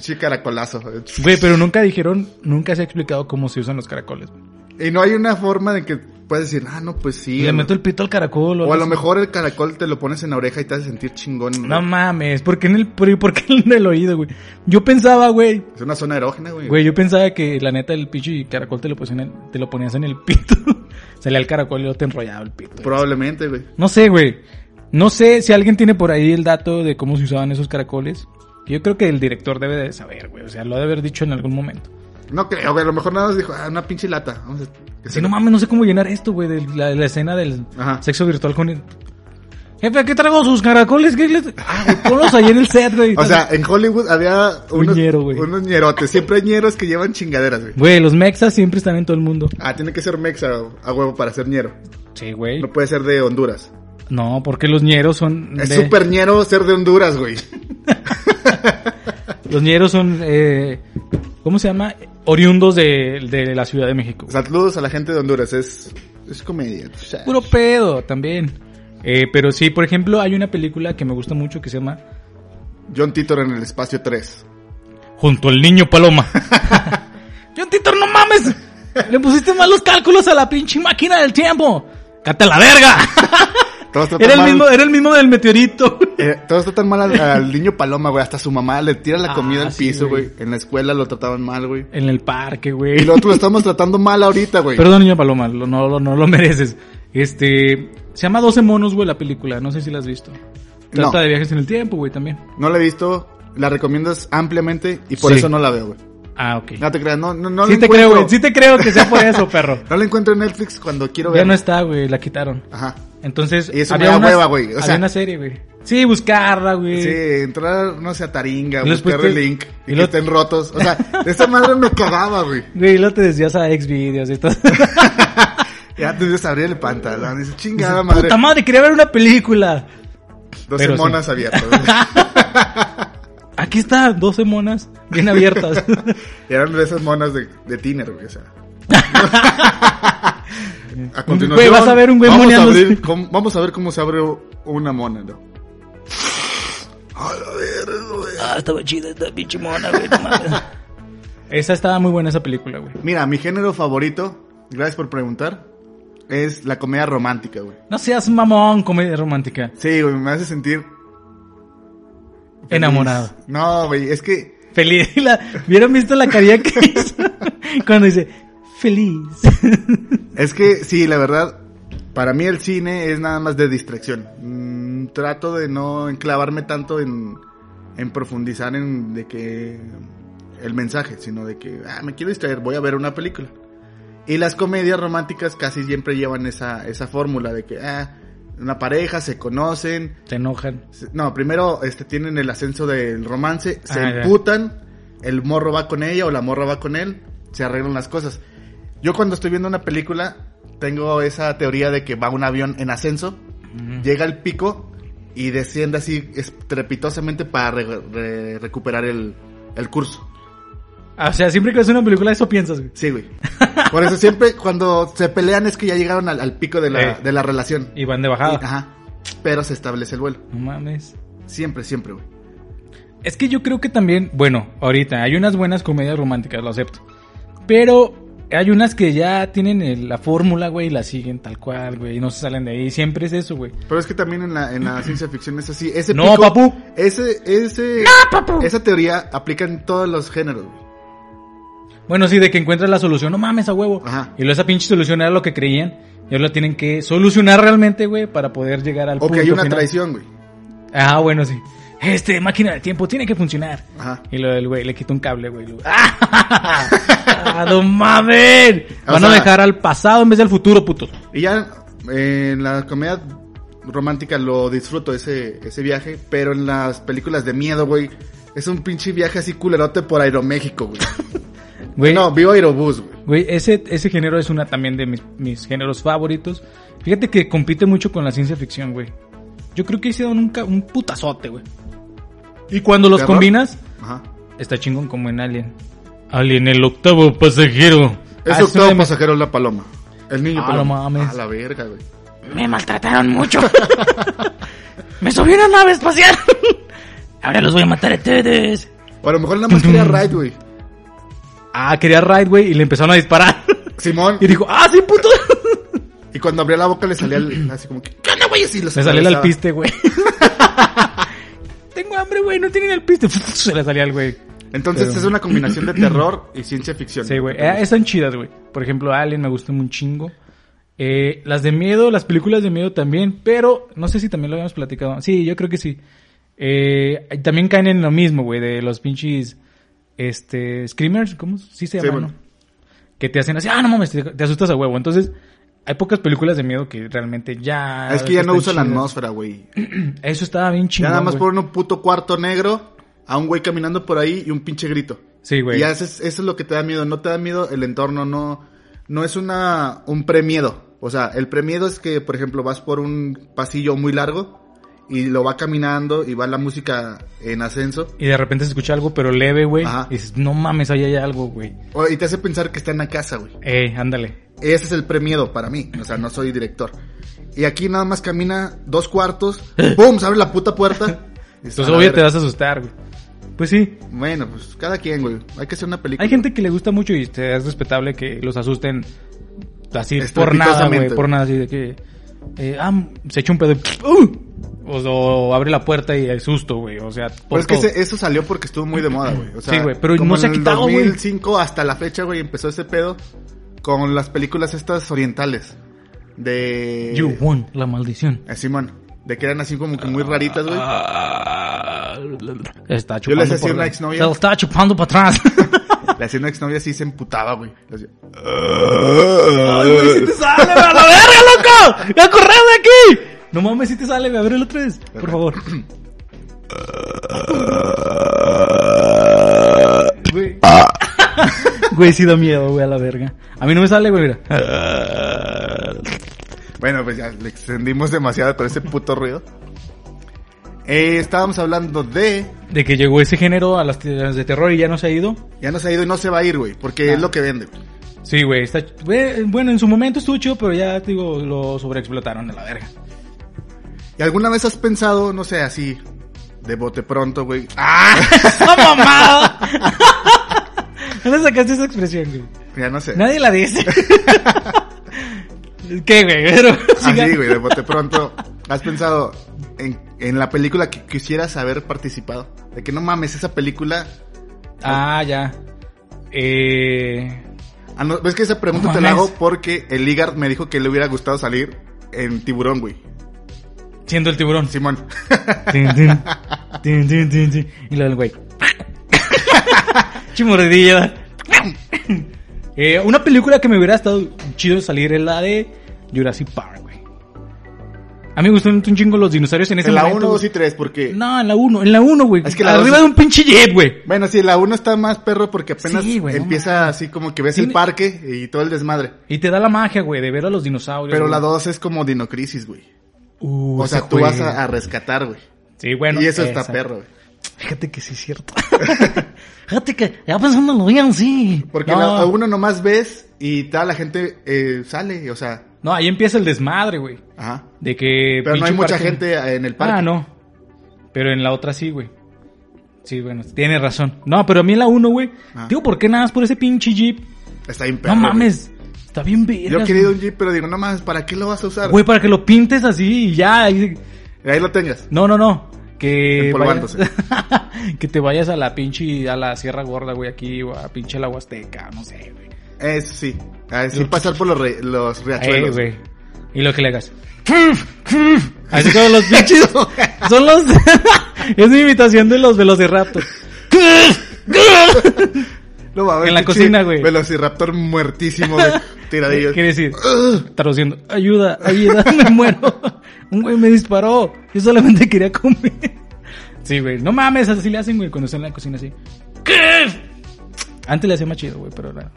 A: Sí, caracolazo.
C: Güey, pero nunca dijeron, nunca se ha explicado cómo se usan los caracoles. güey.
A: Y no hay una forma de que puedes decir, ah, no, pues sí.
C: Le meto el pito al caracol.
A: O
C: algo
A: a lo
C: así.
A: mejor el caracol te lo pones en la oreja y te hace sentir chingón. güey.
C: No mames, ¿por qué en el, por, por qué en el oído, güey? Yo pensaba, güey.
A: Es una zona erógena, güey.
C: Güey, yo pensaba que la neta el pinche caracol te lo, ponías en el, te lo ponías en el pito. Salía el caracol y luego te enrollaba el pito.
A: Probablemente, güey.
C: No sé, güey. No sé si alguien tiene por ahí el dato de cómo se usaban esos caracoles. Yo creo que el director debe de saber, güey. O sea, lo ha de haber dicho en algún momento.
A: No creo, güey. A lo mejor nada más dijo, ah, una pinche lata. Vamos a... que
C: Si
A: se-
C: no mames, no sé cómo llenar esto, güey, de la, la escena del
A: Ajá.
C: sexo virtual con el... Jefe, ¿qué traigo sus caracoles? ¿Qué les... Ah, güey, ponlos ahí en el set, güey.
A: O sea, en Hollywood había
C: Un
A: unos,
C: ñero, güey.
A: unos ñerotes. Siempre hay ñeros que llevan chingaderas, güey.
C: Güey, los mexas siempre están en todo el mundo.
A: Ah, tiene que ser mexa a huevo para ser ñero.
C: Sí, güey.
A: No puede ser de Honduras.
C: No, porque los ñeros son...
A: Es
C: de-
A: súper ñero ser de Honduras, güey.
C: Los ñeros son... eh, ¿Cómo se llama? Oriundos de, de la Ciudad de México.
A: Saludos a la gente de Honduras. Es, es comedia. o sea.
C: Puro pedo también. Eh, pero sí, por ejemplo, hay una película que me gusta mucho que se llama
A: John Titor en el espacio 3.
C: Junto al niño paloma. John Titor, no mames. Le pusiste mal los cálculos a la pinche máquina del tiempo. Cata la verga.
A: Todos tratan
C: Era el
A: mal-
C: mismo, era el mismo del meteorito.
A: eh, todos tratan mal al, al niño paloma, güey. Hasta su mamá le tira la
C: Ah,
A: comida al
C: sí,
A: piso,
C: güey.
A: güey. En la escuela lo trataban mal, güey.
C: En el parque,
A: Y
C: güey.
A: lo otro lo estamos tratando mal ahorita, güey.
C: Perdón, niño paloma, lo- no, lo- no lo mereces. Este, se llama 12 monos, güey, la película. No sé si la has visto. Trata
A: No.
C: de viajes en el tiempo, güey, también.
A: No la he visto. La recomiendas ampliamente y por
C: Sí.
A: eso no la veo, güey.
C: Ah, ok.
A: No te creas, no, no, no
C: sí
A: la
C: te creo,
A: encuentro.
C: güey. Sí te creo que sea por eso, perro.
A: No la encuentro en Netflix cuando quiero
C: Ya
A: ver.
C: no está, güey, la quitaron.
A: Ajá.
C: Entonces,
A: Y eso me da hueva, güey, o
C: había
A: sea-
C: una serie, güey. Sí, buscarla, güey.
A: Sí, entrar, no sé, a Taringa,
C: Y los
A: buscar
C: puestos-
A: el link
C: y
A: y
C: lo-
A: que estén rotos. O sea, esa madre me cagaba, güey.
C: Güey, y luego te decías a Xvideos y todo.
A: Ya te debes abrir el pantalón. Dice, chingada madre.
C: Puta madre, quería ver una película.
A: 12
C: Pero sí.
A: monas abiertas. güey.
C: Aquí está, 12 monas bien abiertas.
A: Y eran de esas monas de, de Tiner, güey. O sea. a continuación.
C: Güey, vas a ver un güey
A: vamos a,
C: moneándose.
A: abrir cómo- vamos a ver cómo se abre una mona, ¿no?
D: Ah, estaba chida esta pinche mona, güey. No mames.
C: esa estaba muy buena esa película, güey.
A: Mira, mi género favorito, gracias por preguntar, es la comedia romántica, güey.
C: No seas mamón, comedia romántica.
A: Sí, güey, me hace sentir
C: Enamorado.
A: No, güey, es que
C: Feliz. La- ¿Vieron visto la carilla que hizo? Cuando dice, feliz.
A: Es que sí, la verdad, para mí el cine es nada más de distracción. Mm, trato de no enclavarme tanto en, en profundizar en de que el mensaje, sino de que ah, me quiero distraer, voy a ver una película. Y las comedias románticas casi siempre llevan esa, esa fórmula de que ah, una pareja se conocen,
C: Se enojan.
A: se- no, primero este tienen el ascenso del romance, se
C: Ah, ya.
A: emputan, el morro va con ella o la morra va con él, se arreglan las cosas. Yo cuando estoy viendo una película tengo esa teoría de que va un avión en ascenso, llega al pico y desciende así estrepitosamente para re- re- recuperar el, el curso.
C: Ah, O sea, siempre que ves una película, eso piensas, güey.
A: Sí, güey. Por eso siempre cuando se pelean es que ya llegaron al, al pico de la,
C: Sí. Ah.
A: de la relación.
C: Y van de bajada.
A: Ajá. Pero se establece el vuelo.
C: No mames.
A: Siempre, siempre, güey.
C: Es que yo creo que también, bueno, ahorita hay unas buenas comedias románticas, lo acepto. Pero hay unas que ya tienen el- la fórmula, güey, y la siguen tal cual, güey, y no se salen de ahí. Siempre es eso, güey.
A: Pero es que también en la, en la ciencia ficción es así. Ese
C: No, papu.
A: Ese, ese. Esa teoría aplica en todos los géneros, güey.
C: Bueno, sí, de que encuentras la solución, no mames a huevo.
A: Ajá.
C: Y luego esa pinche solución era lo que creían. Y ahora lo tienen que solucionar realmente, güey, para poder llegar al
A: O que hay
C: punto
A: una
C: final.
A: traición, güey.
C: Ah, bueno, sí. Este, máquina del tiempo, tiene que funcionar.
A: Ajá.
C: Y lo del güey, le quita un cable, güey. y luego, ¡Ah! ¡Ah, no mames!
A: O
C: Van a
A: sea-
C: dejar al pasado en vez del futuro, putos.
A: Y ya eh, en la comedia romántica lo disfruto ese, ese viaje. Pero en las películas de miedo, güey. Es un pinche viaje así culerote por Aeroméxico, güey.
C: Güey,
A: No, vivo Aerobús, güey.
C: Güey, ese, ese género es una también de mis, mis géneros favoritos. Fíjate que compite mucho con la ciencia ficción, güey. Yo creo que hicieron un, ca- un putazote, güey. Y cuando los
A: ¿Terror?
C: combinas,
A: Ajá.
C: está chingón como en Alien. Alien, el octavo pasajero.
A: Es
C: Ah,
A: octavo
C: una de mis-
A: pasajero la paloma. El niño
C: Ah,
A: paloma.
C: no mames.
A: A la verga, güey.
D: Me maltrataron mucho. Me subí a una nave espacial. Ahora los voy a matar a ustedes.
A: O a lo mejor nada más quería Ride, güey.
C: Ah, quería Ride, güey, y le empezaron a disparar.
A: Simón.
C: y dijo, ¡ah, sí, puto!
A: Y cuando abría la boca le salía el- así como que, ¿qué onda, güey? Así los
C: Le salía el
A: atravesaba.
C: alpiste, güey. Tengo hambre, güey, no tienen alpiste. Se le salía al güey.
A: Entonces
C: Pero-
A: es una combinación de terror y ciencia ficción.
C: Sí, güey. Eh, están chidas, güey. Por ejemplo, Alien me gustó un chingo. Eh, las de miedo, las películas de miedo también, pero no sé si también lo habíamos platicado. Sí, yo creo que sí. Eh, también caen en lo mismo, güey, de los pinches este screamers, ¿cómo? Sí se
A: Sí,
C: llaman,
A: bueno.
C: ¿no? Que te hacen así, ah, no mames, te, te asustas a huevo. Entonces, hay pocas películas de miedo que realmente ya
A: Es que ya no
C: están
A: usa la
C: chidas.
A: atmósfora, güey.
C: Eso estaba bien Ah, chingón,
A: Ya nada más
C: güey.
A: por un puto cuarto negro, a un güey caminando por ahí y un pinche grito.
C: Sí, güey.
A: Y haces, eso es lo que te da miedo. No te da miedo el entorno, no, no es una, un premiedo. O sea, el premiedo es que, por ejemplo, vas por un pasillo muy largo y lo va caminando y va la música en ascenso.
C: Y de repente se escucha algo, pero leve, güey.
A: Ajá.
C: Y dices, no mames, ahí hay algo, güey.
A: O- Y te hace pensar que está en la casa, güey.
C: Eh, ándale.
A: Ese es el premiedo para mí. O sea, no soy director. Y aquí nada más camina dos cuartos. ¡Pum! Se abre la puta puerta.
C: Entonces, obvio, te vas a asustar, güey. Pues sí,
A: Bueno, pues cada quien, güey. Hay que hacer una película.
C: hay gente que le gusta mucho y este, es respetable que los asusten así por nada,
A: Estrepitosamente,
C: güey. Por
A: güey.
C: nada, así de que. eh, ah, se echa un pedo. y, ¡uh! O, o abre la puerta y hay susto, güey. O sea, por
A: Pero es que
C: todo.
A: ese- eso salió porque estuvo muy de moda, güey. O sea,
C: Sí, güey, pero
A: como
C: no se
A: en
C: ha
A: el
C: quitado, güey.
A: 2005 hasta la fecha, güey, empezó ese pedo con las películas estas orientales de
C: You won la maldición.
A: Eh, Simón, de que eran así como que muy raritas, güey.
C: Ah, está
A: Yo
C: chupando.
A: les hacía
C: por
A: una
C: la-
A: exnovia.
C: Se lo estaba chupando para atrás.
A: La escena de exnovia sí se emputaba, güey. Le hacía,
C: Ay, güey, si te sale, güey, a la verga, loco. ¡Ya correr de aquí! No mames, si te sale, güey, abrelo otra vez. Por favor. Güey. Güey, sí da miedo, güey, a la verga. A mí no me sale, güey, mira.
A: Bueno, pues ya le extendimos demasiado con ese puto ruido. Eh, estábamos hablando de
C: De que llegó ese género a las te- las de terror y ya no se ha ido.
A: ya no se ha ido y no se va a ir, güey, porque es lo que vende. güey.
C: Sí, güey, está... güey, Bueno, en su momento estuvo chido, pero ya, te digo, lo sobreexplotaron a la verga.
A: ¿Y alguna vez has pensado, no sé, así de bote pronto, güey?
C: ¡Ah, mamada! ¿Dónde sacaste esa expresión, güey?
A: Ya no sé.
C: Nadie la dice. ¿Qué, güey? Pero,
A: Ah,
C: siga.
A: Así, güey, de bote pronto. ¿Has pensado en, en la película que quisieras haber participado? De que no mames, esa película.
C: Ah, ya. Eh,
A: Ah, no, ¿Ves que esa pregunta
C: No
A: te la
C: mames.
A: hago porque el Ligard me dijo que le hubiera gustado salir en Tiburón, güey?
C: siendo el tiburón.
A: Simón.
C: Tin, tin. Tin, tin, tin, tin. Y luego el güey. Chimordilla. eh, una película que me hubiera estado chido salir es la de Jurassic Park, güey. A mí me gustan un chingo los dinosaurios en ese
A: En la 1,
C: momento.
A: 2 y 3, porque.
C: No, en la 1, en la 1, güey.
A: Es que la
C: Arriba
A: dos-
C: de un pinche jet, güey.
A: Bueno, sí, la 1 está más perro porque apenas
C: Sí, güey, no
A: empieza así como que ves
C: Sí,
A: el
C: me-
A: parque y todo el desmadre.
C: Y te da la magia, güey, de ver a los dinosaurios.
A: Pero
C: güey.
A: la 2 es como Dinocrisis, güey.
C: Uh,
A: O
C: ese
A: sea, tú
C: juego.
A: vas a, a rescatar, güey.
C: Sí, bueno.
A: y eso está
C: esa.
A: perro, güey.
C: Fíjate que sí es cierto. Fíjate que ya pensándolo bien, sí.
A: Porque
C: no,
A: la, a uno nomás ves y toda la gente eh, sale, o sea,
C: no, ahí empieza el desmadre, güey.
A: ajá.
C: De que.
A: Pero no
C: pinche
A: hay mucha
C: parque-
A: gente en el parque.
C: Ah, no. Pero en la otra sí, güey. Sí, bueno, tienes razón. No, pero a mí en la 1, güey.
A: Ah.
C: Digo, ¿por qué nada más por ese pinche jeep?
A: Está bien
C: No
A: perro,
C: mames. Está bien vergas,
A: güey. Yo he querido
C: güey.
A: un jeep, pero digo, no mames, ¿para qué lo vas a usar?
C: Güey, para que lo pintes así y ya. ahí-
A: Ahí lo tengas.
C: No, no, no. Que
A: Empolvándose.
C: vayas, que te vayas a la pinche, a la Sierra Gorda, güey, aquí, o a pinche la Huasteca, no sé, güey.
A: Eso sí. Ah, sí,
C: Yo-
A: pasar por los, re- los
C: Eh,
A: riachuelos.
C: güey. Y lo que le hagas. Así son los pinches. Son los. es mi imitación de los velociraptors.
A: Lo va a ver,
C: En la
A: pinche
C: cocina, güey.
A: Velociraptor muertísimo, güey. Tiradillo.
C: Quiere decir,
A: Ah.
C: traduciendo, ayuda, ayuda, me muero. Un güey me disparó. Yo solamente quería comer. Sí, güey. No mames, así le hacen, güey, cuando están en la cocina así. Antes le hacía más chido, güey, pero ahora-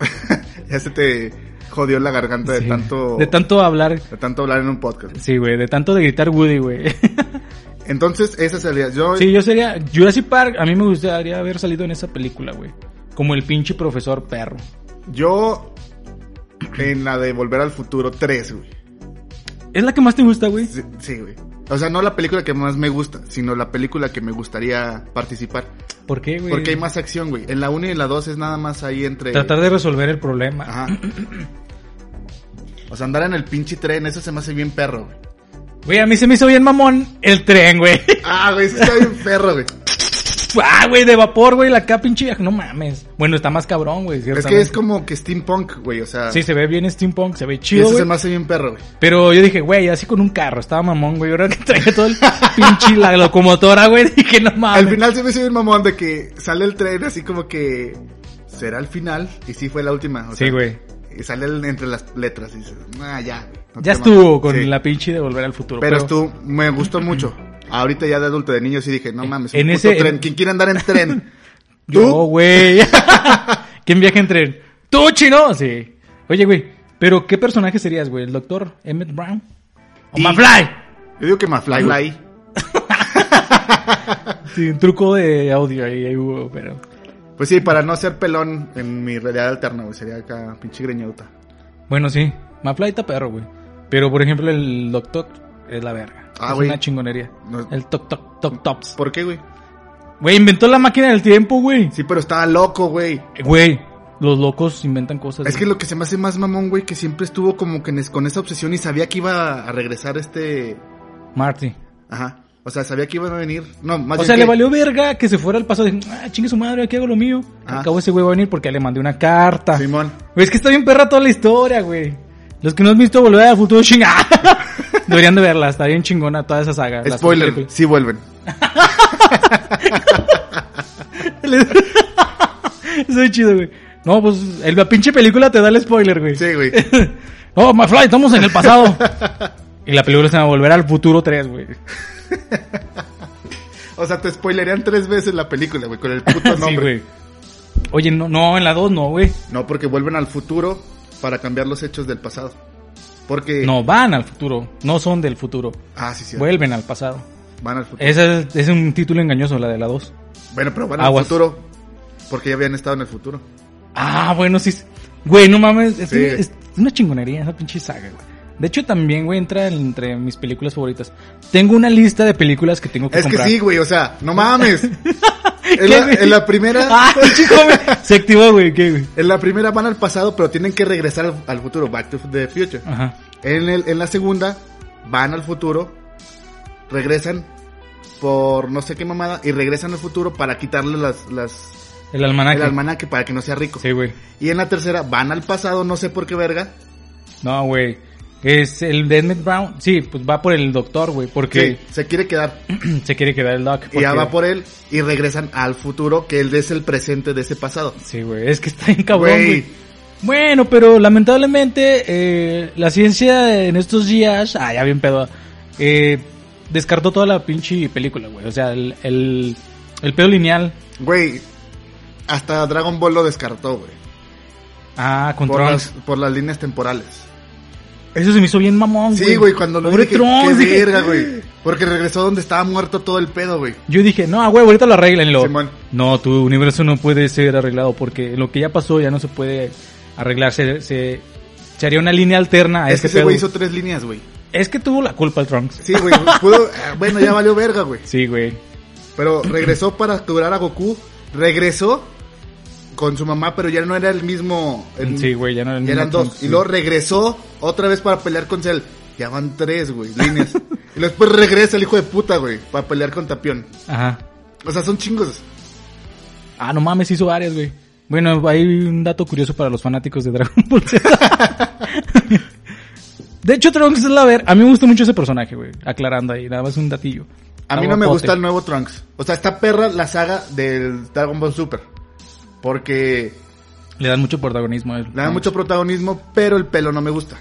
A: ya se te jodió la garganta
C: Sí.
A: de tanto...
C: De tanto hablar.
A: de tanto hablar en un podcast.
C: Sí, güey, de tanto de gritar Woody, güey.
A: Entonces, esa sería... Yo,
C: sí, yo sería. Jurassic Park, a mí me gustaría haber salido en esa película, güey. Como el pinche profesor perro.
A: yo... En la de Volver al Futuro 3, güey.
C: ¿Es la que más te gusta, güey?
A: Sí, sí, güey. O sea, no la película que más me gusta, sino la película que me gustaría participar.
C: ¿Por qué, güey?
A: Porque hay más acción, güey. En la 1 y en la 2 es nada más ahí entre...
C: Tratar de resolver el problema.
A: Ajá. O sea, andar en el pinche tren, eso se me hace bien perro, güey.
C: Güey, a mí se me hizo bien mamón el tren, güey.
A: Ah, güey, eso está bien perro, güey.
C: Ah, güey, de vapor, güey, la acá pinche. No mames. Bueno, está más cabrón, güey.
A: Es que
C: ciertamente.
A: es como que steampunk, güey, o sea.
C: Sí, se ve bien steampunk, se ve
A: y
C: chido,
A: eso
C: güey.
A: se me hace bien perro, güey.
C: Pero yo dije, güey, así con un carro, estaba mamón, güey. Ahora que traía todo el pinche la locomotora, güey, dije, no mames.
A: Al final se me hizo bien mamón de que sale el tren así como que será el final y sí fue la última. o
C: Sí,
A: sea,
C: güey.
A: Y sale el- entre las letras y dices, ah, ya. güey, no
C: Ya
A: te
C: estuvo
A: mames".
C: con
A: Sí.
C: la pinche de volver al futuro.
A: Pero, estuvo, me gustó mucho. Ahorita ya de adulto, de niño sí dije, no mames, un
C: en
A: puto
C: ese-
A: tren. ¿Quién quiere andar en tren?
C: Yo,
A: ¿Tú?
C: güey. ¿Quién viaja en tren? ¿Tú, chino? Sí. Oye, güey, pero ¿qué personaje serías, güey? ¿El doctor Emmett Brown? ¿O
A: Y-
C: Mafly?
A: Yo digo que más fly fly.
C: Sí, un truco de audio ahí, ahí hubo, pero.
A: Pues sí, para no ser pelón en mi realidad alterna, güey, sería acá pinche greñuta.
C: Bueno, sí. Mafly está perro, güey. Pero, por ejemplo, el doctor es la verga.
A: Ah,
C: es
A: güey.
C: una chingonería.
A: No-
C: El toc toc toc tops.
A: ¿Por qué, güey?
C: Güey, inventó la máquina del tiempo, güey.
A: Sí, pero estaba loco, güey.
C: Eh, Güey, los locos inventan cosas.
A: Es que
C: güey.
A: lo que se me hace más mamón, güey, que siempre estuvo como que en es- con esa obsesión y sabía que iba a regresar este...
C: Marty.
A: Ajá. O sea, sabía que iban a venir. No, más
C: O
A: bien
C: sea, le
A: que-
C: valió verga que se fuera al paso. Dijo, ah, chingue su madre, aquí hago lo mío.
A: Ah.
C: Acabo ese güey va a venir porque le mandé una carta. Güey,
A: Simón.
C: es que está bien perra toda la historia, güey. Los que no han visto Volver al Futuro, chingada. Deberían de verla, está bien chingona toda esa saga. las
A: Spoiler,
C: películas.
A: sí vuelven.
C: Eso es chido, güey. No, pues el- la pinche película te da el spoiler, güey.
A: Sí, güey.
C: oh, McFly, estamos en el pasado. y la película se va a volver al futuro 3, güey.
A: O sea, te spoilerían tres veces la película, güey, con el puto nombre.
C: Sí, güey. Oye, no, no, en la 2 no, güey.
A: No, porque vuelven al futuro para cambiar los hechos del pasado. Porque...
C: No, van al futuro. No son del futuro.
A: Ah, sí, sí.
C: Vuelven al pasado.
A: Van al futuro.
C: Esa es, es un título engañoso, la de la 2.
A: Bueno, pero van al
C: Aguas.
A: futuro. Porque ya habían estado en el futuro.
C: Ah, bueno, sí. es- Güey, no mames. Es,
A: Sí.
C: una- es una chingonería esa pinche saga, güey. De hecho, también, güey, entra entre mis películas favoritas. Tengo una lista de películas que tengo que
A: Es que
C: comprar.
A: sí, güey, o sea, no mames.
C: ¿Qué,
A: en, la,
C: güey?
A: en la primera...
C: Ah, pinche joven. Se activó, güey. ¿Qué, güey?
A: En la primera van al pasado, pero tienen que regresar al, al futuro, Back to the Future.
C: Ajá.
A: En, el- en la segunda van al futuro, regresan por no sé qué mamada y regresan al futuro para quitarle las, las
C: El almanaque.
A: el almanaque para que no sea rico.
C: Sí, güey.
A: Y en la tercera van al pasado, no sé por qué verga.
C: No, güey. Es el de Emmett Brown. Sí, pues va por el doctor, güey. Porque
A: Sí, se quiere quedar
C: se quiere quedar el doc.
A: y ya
C: porque-
A: va por él y regresan al futuro que él es el presente de ese pasado.
C: Sí, güey, es que está bien cabrón,
A: Güey.
C: güey. Bueno, pero lamentablemente eh, la ciencia en estos días, ah, ya bien pedo, eh, descartó toda la pinche película, güey. O sea, el, el, el pedo lineal,
A: Güey, hasta Dragon Ball lo descartó, güey.
C: ah, con
A: Por las,
C: Trunks.
A: por las líneas temporales.
C: Eso se me hizo bien mamón, güey.
A: Sí, güey, cuando lo vi
C: Pobre
A: dije,
C: Trunks,
A: qué
C: dije- "Eh".
A: verga, güey. Porque regresó donde estaba muerto todo el pedo, güey.
C: Yo dije, no, güey, ahorita lo arreglenlo.
A: Simón.
C: No, tu universo no puede ser arreglado porque lo que ya pasó ya no se puede arreglar. Se, se, se haría una línea alterna a
A: Es que
C: este
A: ese
C: pedo.
A: güey hizo tres líneas, güey.
C: Es que tuvo la culpa el Trunks.
A: Sí, güey. pudo- ah, bueno, ya valió verga, güey.
C: Sí, güey.
A: Pero regresó para curar a Goku. Regresó con su mamá, pero ya no era el mismo. el-
C: Sí, güey, ya no era el
A: ya eran
C: mismo
A: dos.
C: Trunks,
A: Y
C: sí.
A: luego regresó otra vez para pelear con Cell. Ya van tres, güey, líneas. y después regresa el hijo de puta, güey, para pelear con Tapión.
C: Ajá.
A: O sea, son chingos.
C: Ah, no mames, hizo varias, güey. Bueno, hay un dato curioso para los fanáticos de Dragon Ball Z. de hecho, Trunks es la ver. A mí me gusta mucho ese personaje, güey. Aclarando ahí, nada más un datillo.
A: A mí no me gusta el nuevo Trunks. O sea, está perra la saga del Dragon Ball Super. Porque
C: Le dan mucho protagonismo a él.
A: le da mucho protagonismo, pero el pelo no me gusta.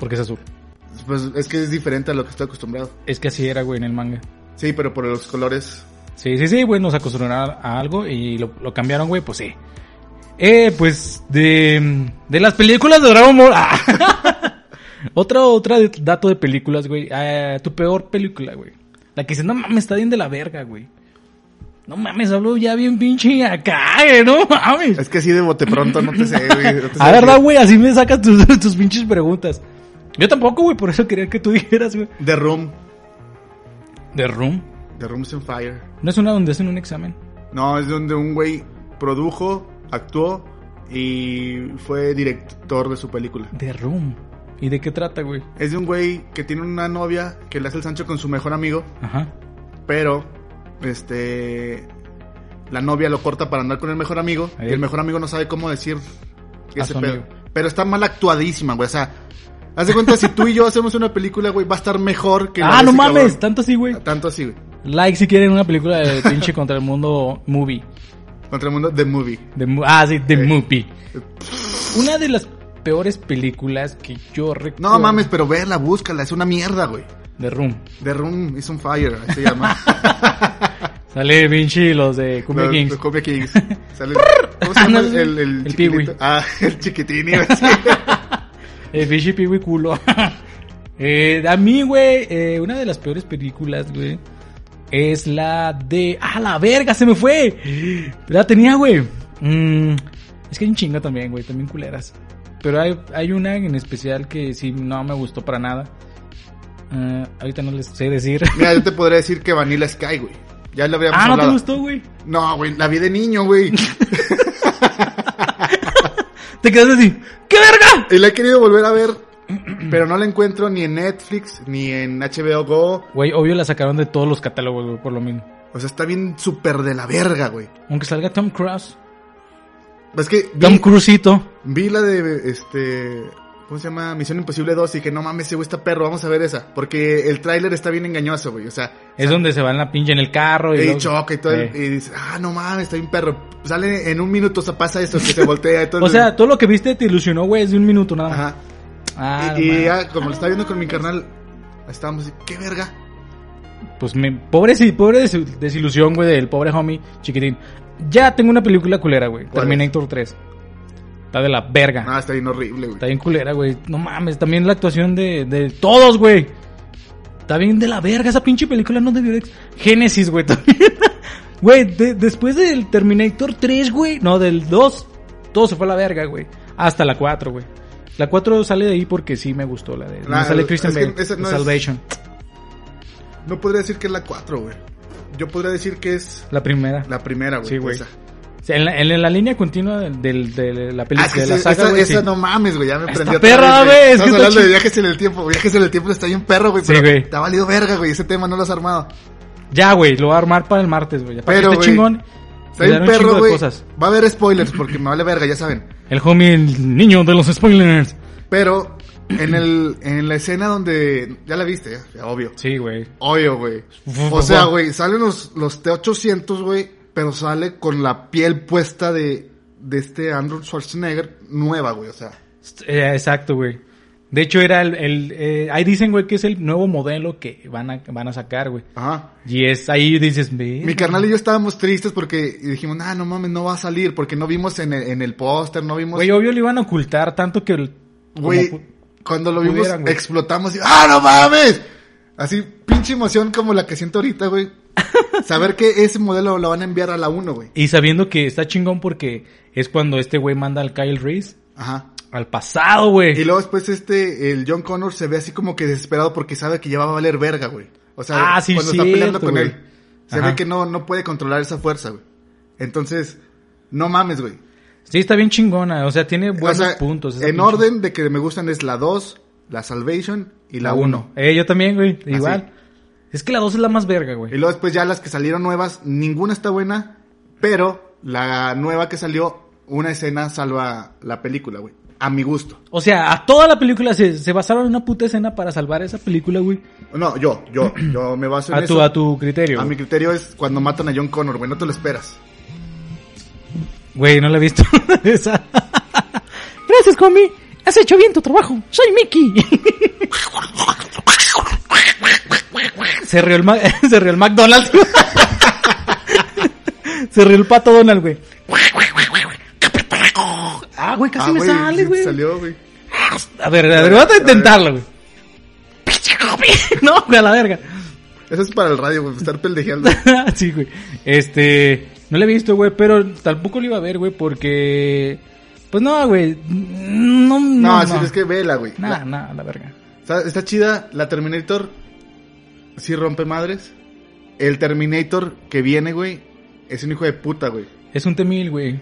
C: Porque es azul.
A: Pues es que es diferente a lo que estoy acostumbrado.
C: Es que así era, güey, en el manga.
A: Sí, pero por los colores.
C: Sí, sí, sí, güey, nos acostumbraron a algo y lo, lo cambiaron, güey, pues sí. Eh, pues de, de las películas de Dragon Ball. Ah. otra, otra de- dato de películas, güey. Ah, tu peor película, güey. La que dice, no mames, está bien de la verga, güey. No mames, hablo ya bien pinche acá, eh, no mames.
A: Es que así de bote pronto no te sé, güey. no te
C: A
A: sé
C: verdad,
A: decir.
C: güey, así me sacas tus, tus pinches preguntas. Yo tampoco, güey, por eso quería que tú dijeras, güey.
A: The Room.
C: The Room.
A: The Room's on Fire.
C: No es una donde hacen un examen.
A: No, es donde un güey produjo, actuó y fue director de su película.
C: The Room. ¿Y de qué trata, güey?
A: Es de un güey que tiene una novia que le hace el Sancho con su mejor amigo,
C: Ajá.
A: pero este la novia lo corta para andar con el mejor amigo
C: Ahí.
A: y el mejor amigo no sabe cómo decir
C: A
A: ese
C: su
A: pedo.
C: amigo.
A: Pero está mal actuadísima, güey, o sea, haz de cuenta si tú y yo hacemos una película, güey, va a estar mejor que la
C: ah,
A: de
C: no
A: ese
C: mames,
A: cabrón.
C: tanto así, güey.
A: tanto así, güey.
C: Like si quieren una película de pinche contra el mundo movie.
A: Contra el mundo The Movie.
C: The Mu- ah, sí, The Movie. Una de las peores películas que yo
A: No
C: recuerdo.
A: mames, pero verla, búscala, es una mierda, güey.
C: The Room.
A: The Room is on Fire, así se llama.
C: Sale Vinci y los de Cumbia
A: Los-
C: Kings. Ah,
A: los Cumbia Kings. Sale- ¿Cómo se llama?
C: No,
A: El, el,
C: el
A: chiquitito?
C: Piwi.
A: Ah, el chiquitín. iba a decir.
C: El Vinci Piwi culo. Eh, a mí, güey, eh, una de las peores películas, güey, es la de... ¡Ah, la verga! ¡Se me fue! La tenía, güey. Mm, es que hay un chingo también, güey, también culeras. Pero hay, hay una en especial que sí no me gustó para nada. Eh, ahorita no les sé decir.
A: Mira, yo te podría decir que Vanilla Sky, güey. Ya lo habíamos
C: ah, ¿no
A: hablado.
C: te gustó, güey?
A: No, güey, la vi de niño, güey.
C: Te quedaste así. ¡Qué verga!
A: Y la he querido volver a ver, pero no la encuentro ni en Netflix, ni en HBO Go.
C: Güey, obvio la sacaron de todos los catálogos, güey, por lo mismo.
A: O sea, está bien súper de la verga, güey.
C: Aunque salga Tom Cruise.
A: Es que vi,
C: Tom Cruisito.
A: vi la de, este... ¿Cómo se llama? Misión Imposible 2 y que no mames, ese güey está perro, vamos a ver esa. Porque el tráiler está bien engañoso, güey. O sea,
C: Es donde se va en la pinche en el carro y,
A: Y
C: luego-
A: choca y todo.
C: Eh.
A: Y dice, ah, no mames, está bien perro. Sale en un minuto, o sea, pasa eso, que se voltea y todo.
C: O sea, todo lo que viste te ilusionó, güey, es de un minuto nada más.
A: ajá.
C: Ah,
A: y
C: no
A: y
C: mames.
A: ya, como lo estaba viendo con mi carnal, estábamos así, qué verga.
C: Pues me, pobre, sí, pobre des- desilusión, güey, del pobre homie chiquitín. Ya tengo una película culera, güey.
A: ¿Cuál
C: Terminator 3. Está de la verga.
A: Ah, está bien horrible, güey.
C: Está bien culera, güey. No mames, también la actuación de, de todos, güey. Está bien de la verga. Esa pinche película no debió de... ex- Génesis, güey, también. Güey, de- después del Terminator 3, güey. No, del 2. Todo se fue a la verga, güey. Hasta la 4, güey. La 4 sale de ahí porque sí me gustó la de... donde
A: Nah,
C: sale Christian
A: es que
C: Bale,
A: esa no
C: de
A: es-
C: Salvation.
A: No podría decir que es la 4, güey. Yo podría decir que es
C: La primera.
A: la primera, güey.
C: Sí, güey.
A: esa.
C: O sea, En, la, en la línea continua del, del- de la película,
A: Ah, sí,
C: de la
A: sí,
C: saga,
A: esa,
C: güey,
A: esa
C: sí.
A: no mames, güey, ya me
C: Está
A: prendió.
C: perra,
A: otra vez,
C: güey, es que
A: Estamos
C: está
A: hablando de
C: chi-
A: viajes en el tiempo. Viajes en el tiempo está bien perro, güey.
C: Sí,
A: pero
C: güey.
A: Te ha valido verga, güey. Ese tema no lo has armado.
C: Ya, güey, lo voy a armar para el martes, güey. Para
A: Pero,
C: que esté
A: güey,
C: chingón.
A: Está
C: le
A: bien
C: dan un chingo
A: perro,
C: de
A: güey.
C: cosas.
A: Va a haber spoilers porque me vale verga, ya saben.
C: El homie, el niño de los spoilers.
A: Pero en el en la escena donde ya la viste, ya, ya, obvio.
C: Sí, güey.
A: Obvio, güey.
C: Fu-
A: O
C: fu-
A: sea,
C: fu-
A: güey, salen los los T800, güey, pero sale con la piel puesta de de este Andrew Schwarzenegger nueva, güey, o sea.
C: Eh, exacto, güey. De hecho, era el... el, eh, ahí dicen, güey, que es el nuevo modelo que van a, van a sacar, güey.
A: Ajá.
C: Y es ahí dices... "Ve".
A: Mi carnal y yo estábamos tristes porque dijimos, "Nah, no mames, no va a salir porque no vimos en el, en el póster, no vimos
C: Güey, obvio le iban a ocultar tanto que... el- como
A: Güey,
C: pu-
A: cuando lo vimos,
C: pudieran, güey.
A: explotamos y ¡ah, no mames! Así, pinche emoción como la que siento ahorita, güey. Saber que ese modelo lo van a enviar a la 1, güey.
C: Y sabiendo que está chingón porque es cuando este güey manda al Kyle Reese
A: Ajá.
C: al pasado, güey.
A: Y luego después este, el John Connor se ve así como que desesperado porque sabe que ya va a valer verga, güey. O sea,
C: Ah, sí,
A: cuando
C: cierto,
A: está peleando con
C: güey.
A: él. Se
C: Ajá.
A: ve que no, no puede controlar esa fuerza, güey. Entonces, no mames, güey.
C: Sí, está bien chingona. O sea, tiene buenos
A: O sea,
C: puntos. esa
A: En
C: pinche-
A: orden de que me gustan es la 2, la Salvation y la 1.
C: Eh, yo también, güey. Igual. Es que la 2 es la más verga,
A: Y
C: güey.
A: luego después ya las que salieron nuevas, ninguna está buena, pero la nueva que salió, una escena salva la película, güey. A mi gusto.
C: O sea, a toda la película se, se basaron en una puta escena para salvar esa película, güey.
A: No, yo, yo, yo me baso en
C: A
A: eso.
C: tu, a tu criterio.
A: A mi
C: güey.
A: criterio es cuando matan a John Connor, güey, no te lo esperas.
C: Güey, no la he visto. esa.
D: Gracias, Comi. Has hecho bien tu trabajo. Soy Mickey.
C: Se rió el, Ma- se rió el McDonald's. se rió el pato Donald, güey. Ah, güey, casi
A: Ah,
C: me
A: güey, sí
C: sale,
A: te
C: güey.
A: salió, güey.
C: A ver, a ver, vamos a intentarlo, güey. No, güey, a la verga.
A: Eso es para el radio, güey, estar pendejeando.
C: sí, güey. Este, no la he visto, güey, pero tampoco lo iba a ver, güey, porque... Pues no, güey. No, no,
A: No,
C: no.
A: así es que vela, güey.
C: Nah,
A: La-
C: nah, la verga.
A: Está, está chida, la Terminator sí rompe madres. El Terminator que viene, güey, es un hijo de puta, güey.
C: Es un temil, güey.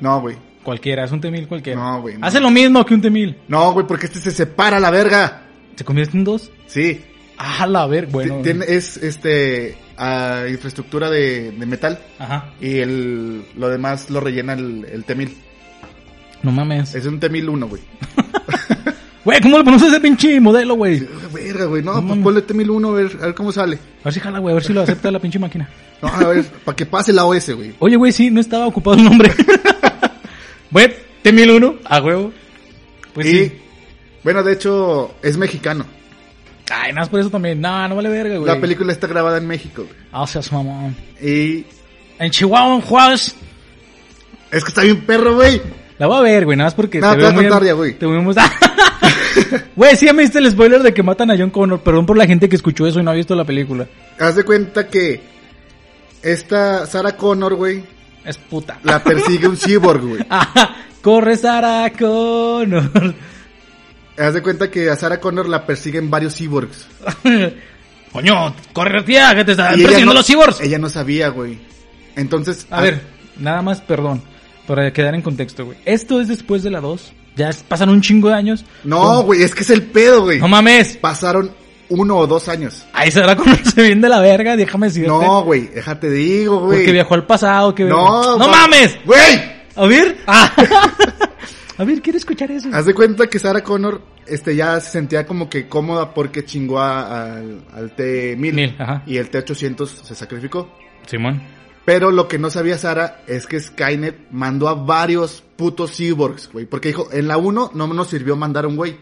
A: No, güey.
C: Cualquiera, es un temil cualquiera.
A: No, güey, no.
C: Hace lo mismo que un temil.
A: No, güey, porque este se separa la verga.
C: ¿Se convierte en dos?
A: Sí.
C: Ah, la ver, bueno.
A: Ti- tiene- es este ah, infraestructura de, de metal
C: Ajá.
A: y el, lo demás lo rellena el, el T-1000.
C: No mames.
A: Es un T-1000 uno, güey.
C: Güey, ¿cómo le ponemos a ese pinche modelo, güey?
A: Verga, güey. No,
C: No
A: pues
C: mames.
A: ponle T-1000 uno a ver, a ver cómo sale.
C: A ver si jala, güey, a ver si lo acepta la pinche máquina.
A: No, a ver, para que pase la OS, güey.
C: Oye, güey, sí, no estaba ocupado el nombre. Güey, T-1001, a huevo. Pues
A: y,
C: sí.
A: bueno, de hecho, es mexicano.
C: Ay, nada más por eso también. No, no vale verga, güey.
A: La película está grabada en México, güey.
C: Ah, o sea, su mamón.
A: Y
C: En Chihuahua, en Juárez.
A: es que está bien perro, güey.
C: La voy a ver, güey, nada más porque
A: No, te
C: veo
A: vas a
C: muy-
A: contar ya, güey.
C: Te veo muy- Güey, sí ya me diste el spoiler de que matan a John Connor. Perdón por la gente que escuchó eso y no ha visto la película.
A: Haz de cuenta que esta Sarah Connor, güey,
C: Es puta.
A: la persigue un cyborg, güey.
C: Ajá, corre Sarah Connor.
A: Haz de cuenta que a Sarah Connor la persiguen varios cyborgs.
C: Coño, corre tía, que te están
A: Y ella
C: persiguiendo
A: no-
C: Ah, los cyborgs.
A: Ella no sabía, güey. Entonces,
C: A ver, Ah. nada más, perdón, para quedar en contexto, güey. Esto es después de la 2. Ya es- pasan un chingo de años.
A: No, güey, es que es el pedo, güey.
C: No mames.
A: Pasaron uno o dos años.
C: Ahí Sarah Connor se viene de la verga, déjame decirte.
A: No, güey, déjate digo, güey.
C: porque viajó al pasado, que
A: No,
C: no
A: ma-
C: mames.
A: Güey,
C: A ver. Ah. A ver, quiero escuchar eso.
A: haz de cuenta que Sarah Connor este, ya se sentía como que cómoda porque chingó a- al, al
C: Mil,
A: T-1000
C: ajá.
A: y el T-800 se sacrificó.
C: Simón.
A: Pero lo que no sabía Sara es que Skynet mandó a varios putos cyborgs, güey. Porque dijo, en la 1 no nos sirvió mandar a un güey.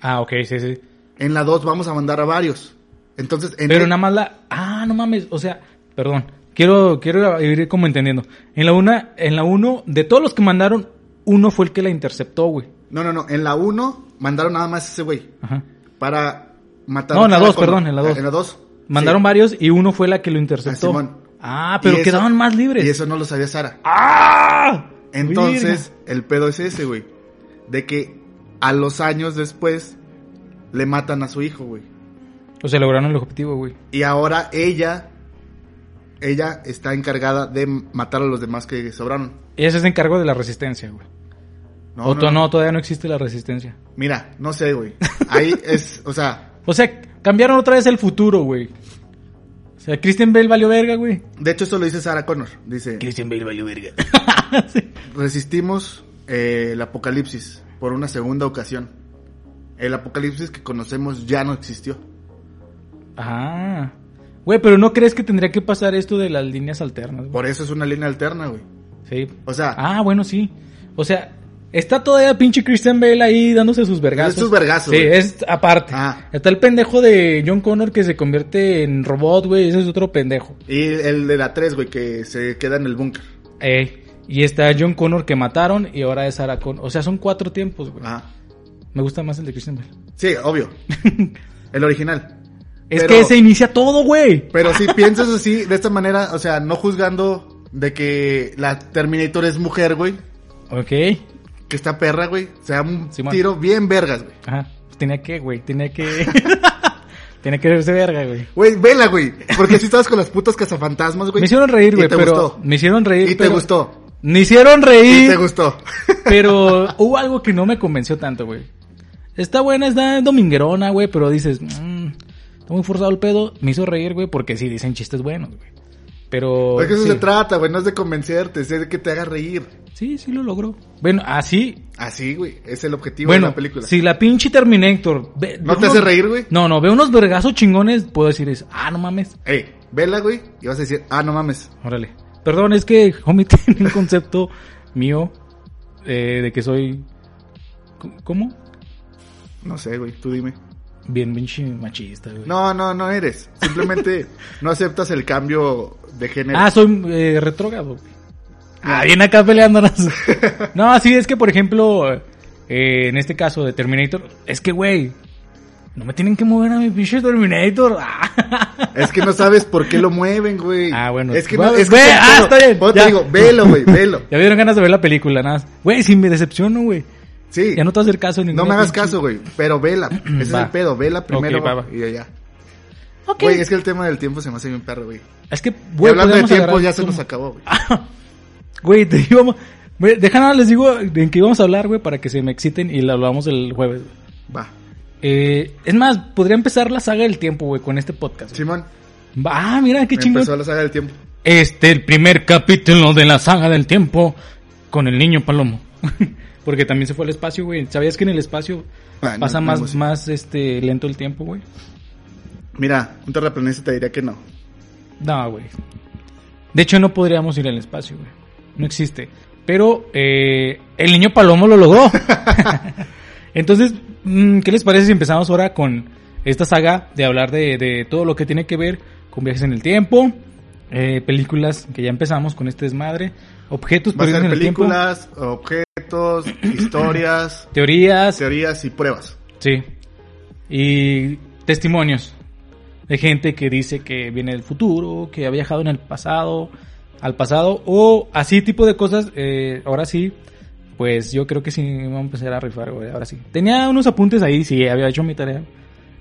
C: Ah, ok, sí, sí.
A: En la 2 vamos a mandar a varios. Entonces, en
C: Pero
A: el-
C: nada más la. Ah, no mames. O sea, perdón. Quiero, quiero ir como entendiendo. En la una, en la uno, de todos los que mandaron, uno fue el que la interceptó, güey.
A: No, no, no. En la 1 mandaron nada más a ese güey.
C: Ajá.
A: Para matar
C: No, en la
A: a Sarah
C: dos,
A: Connor.
C: perdón, en la dos.
A: En la 2.
C: Mandaron varios y uno fue la que lo interceptó.
A: Ah, Simón.
C: Ah, pero
A: Y eso-
C: quedaban más libres.
A: Y eso no lo sabía Sara.
C: ¡Ah!
A: Entonces,
C: Virga.
A: el pedo es ese, güey. De que a los años después le matan a su hijo, güey.
C: O sea, lograron el objetivo, güey.
A: Y ahora ella, ella está encargada de matar a los demás que sobraron.
C: Ella se encargó de la resistencia, güey.
A: No,
C: o
A: no,
C: to-
A: no.
C: no, todavía no existe la resistencia.
A: Mira, no sé, güey. Ahí es, o sea,
C: O sea, cambiaron otra vez el futuro, güey. O sea, Christian Bale valió verga, güey.
A: de hecho eso lo dice Sarah Connor. Dice,
C: Christian Bale valió verga.
A: resistimos eh, el apocalipsis por una segunda ocasión. El apocalipsis que conocemos ya no existió.
C: Ah. Güey, pero ¿no crees que tendría que pasar esto de las líneas alternas? güey?
A: Por eso es una línea alterna, güey.
C: Sí.
A: O sea,
C: Ah, bueno, sí. O sea, está todavía pinche Christian Bale ahí dándose sus vergazos.
A: Sus vergazos,
C: Sí, eh.
A: güey.
C: es aparte.
A: Ah.
C: Está el pendejo de John Connor que se convierte en robot, güey. Ese es otro pendejo.
A: y el de la 3, güey, que se queda en el búnker.
C: Ey. Y está John Connor que mataron y ahora es Sarah Connor. O sea, son cuatro tiempos, güey.
A: Ajá.
C: Me gusta más el de Christian Bale.
A: Sí, obvio. El original.
C: Es
A: Pero-
C: que se inicia todo, güey.
A: Pero si piensas así, de esta manera, o sea, no juzgando de que la Terminator es mujer, güey,
C: Ok.
A: que está perra, güey, se da un
C: Simón.
A: tiro bien vergas, güey.
C: Ajá. Pues tenía que, güey. Tenía que. tenía que verse verga, güey.
A: Güey, vela, güey, porque si estabas con las putas cazafantasmas, güey.
C: Me hicieron reír,
A: y
C: güey,
A: te
C: pero.
A: gustó.
C: Me hicieron reír.
A: Y te
C: pero-
A: gustó.
C: Me hicieron
A: Y
C: reír.
A: te gustó.
C: pero hubo algo que no me convenció tanto, güey. Está buena, está dominguerona, güey, pero dices, "Mm, está muy forzado el pedo. Me hizo reír, güey, porque sí dicen chistes buenos, güey. Pero.
A: Porque eso
C: Oh, sí.
A: se trata, güey, no es de convencerte, es de que te haga reír.
C: sí, sí lo logró. Bueno, así.
A: Así, Ah, güey, es el objetivo
C: Bueno,
A: de la película.
C: si la pinche Terminator. ve-
A: ¿No
C: ve
A: te
C: unos-
A: hace reír, güey?
C: No, no, veo unos vergazos chingones, puedo decir eso. Ah, no mames.
A: Ey, vela, güey, y vas a decir, ah, no mames.
C: Órale. Perdón, es que Homie tiene un concepto mío eh, de que soy. ¿Cómo?
A: No sé, güey, tú dime.
C: Bien, pinche machista, güey.
A: No, no, no eres. Simplemente no aceptas el cambio de género.
C: Ah, soy eh, retrógrado. güey. Ah, bien acá peleándonos. no, sí, es que por ejemplo, eh, en este caso de Terminator, es que, güey, no me tienen que mover a mi pinche Terminator. Ah,
A: Es que no sabes por qué lo mueven, güey.
C: Ah, bueno.
A: Es que no,
C: Ve-
A: es que
C: ve-
A: es el
C: ah,
A: pedo.
C: está bien,
A: Por eso
C: ya.
A: te digo, velo, güey, velo.
C: ya me dieron ganas de ver la película, nada más. Güey, si me decepciono, güey.
A: Sí.
C: Ya no
A: no,
C: te vas a hacer caso ni
A: me hagas caso, güey, pero vela. Ese
C: Va.
A: es el pedo, vela primero
C: va, va.
A: y ya.
D: Ok.
A: Güey, es que el tema del tiempo se me hace bien perro, güey.
C: Es que,
A: Y
C: güey,
A: hablando de
C: podemos Ah.
A: tiempo
C: agarrar
A: ya se
C: como-
A: nos acabó, güey.
C: Güey, te íbamos. Güey, deja nada, les digo en qué íbamos a hablar, güey, para que se me exciten y lo hablamos el jueves. güey.
A: Va.
C: Eh, es más, podría empezar la saga del tiempo, güey, con este podcast. güey.
A: Simón,
C: Va, Ah, mira, qué
A: me
C: chingón.
A: empezó la saga del tiempo.
C: Este, el primer capítulo de la saga del tiempo con el niño Palomo. Porque también se fue al espacio, güey. ¿Sabías que en el espacio
A: Ah, no,
C: pasa
A: no,
C: más,
A: sí.
C: más este, lento el tiempo, güey?
A: Mira, un terraplanista te diría que no.
C: No, güey. De hecho, no podríamos ir al espacio, güey. No existe. Pero eh, el niño Palomo lo logró. Entonces, mm, ¿qué les parece si empezamos ahora con esta saga de hablar de, de todo lo que tiene que ver con viajes en el tiempo? eh, películas que ya empezamos con este desmadre. Objetos
A: Va a
C: perdidos en
A: ser
C: el tiempo.
A: películas, objetos, historias,
C: Teorías.
A: teorías y pruebas.
C: Sí. Y testimonios de gente que dice que viene del futuro, que ha viajado en el pasado, al pasado, o así tipo de cosas. eh, ahora sí, pues yo creo que sí vamos a empezar a rifar, güey, ahora sí. Tenía unos apuntes ahí, sí, había hecho mi tarea,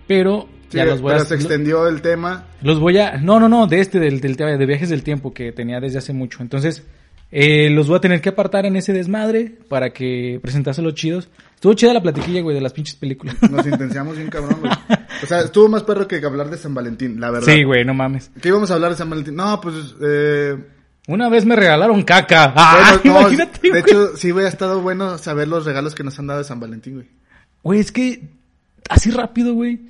C: pero
A: Sí,
C: ya los voy
A: pero
C: a...
A: se extendió el tema.
C: Los voy a. No, no, no, de este, del, del tema de viajes del tiempo que tenía desde hace mucho. Entonces, eh, los voy a tener que apartar en ese desmadre para que presentase los chidos. Estuvo chida la platiquilla, güey, de las pinches películas.
A: Nos intensiamos bien cabrón, güey. O sea, estuvo más perro que hablar de San Valentín, la verdad.
C: Sí, güey, no mames.
A: ¿Qué íbamos a hablar de San Valentín? No, pues, eh...
C: Una vez me regalaron caca. Ah,
A: bueno, no,
C: imagínate,
A: de
C: güey.
A: hecho, sí hubiera estado bueno saber los regalos que nos han dado de San Valentín, güey.
C: Güey, es que así rápido, güey.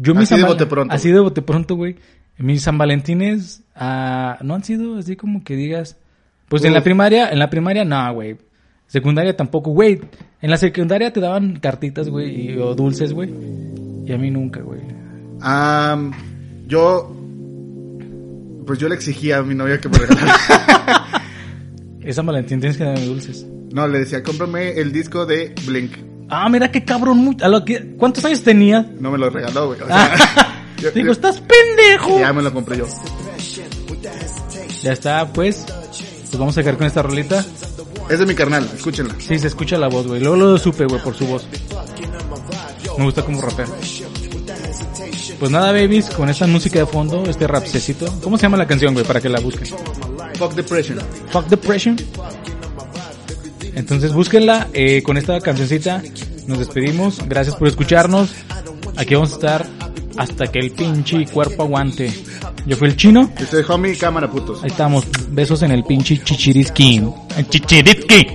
C: Yo mis
A: Así de
C: San Val-
A: bote pronto,
C: Así de bote pronto, güey. Mis San Valentines ah, no han sido así como que digas. Pues en la
A: Uf.
C: primaria, en la primaria no, güey. Secundaria tampoco, güey. En la secundaria te daban cartitas, güey, y- o dulces, güey. Y a mí nunca, güey.
A: Am, yo... Pues yo le exigía a mi novia que me regalara.
C: Es San Valentín, tienes que darme dulces.
A: no, le decía, cómprame el disco de Blink.
C: Ah, mira qué cabrón. mu- a lo que- ¿Cuántos años tenía?
A: No me lo regaló, güey. O
C: Ah.
A: sea, yo-
C: Digo,
A: yo-
C: estás pendejo.
A: ya me lo compré yo.
C: Ya está, pues. Pues vamos a dejar con esta rolita.
A: Es de mi carnal, escúchenla.
C: Sí, se escucha la voz, güey. Luego lo supe, güey, por su voz. Me gusta como rapea. Pues nada, babies, con esta música de fondo, este rapcecito. ¿Cómo se llama la canción, güey? Para que la busquen.
A: Fuck Depression.
C: Fuck Depression. Entonces búsquenla eh, con esta cancioncita. Nos despedimos. Gracias por escucharnos. Aquí vamos a estar hasta que el pinche cuerpo aguante. Yo fui el chino.
A: Este dejó mi cámara, putos.
C: Ahí estamos. Besos en el pinche chichiriski. El chichiriski.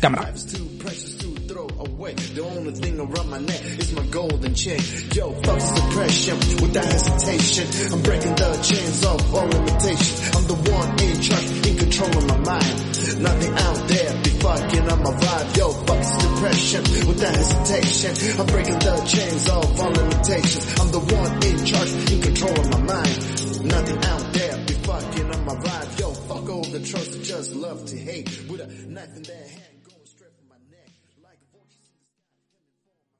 C: Cámara.
E: It's too precious to throw away. The only thing around my neck is my golden chain. Yo, fuck suppression without hesitation. I'm breaking the chains of all limitations. I'm the one in charge, in control of my mind. Nothing out there be fucking on my vibe. Yo, fuck suppression without hesitation. I'm breaking the chains of all limitations. I'm the one in charge, in control of my mind. Nothing out there be fucking on my vibe. Yo, fuck all the trust, just love to hate with a knife in their hand.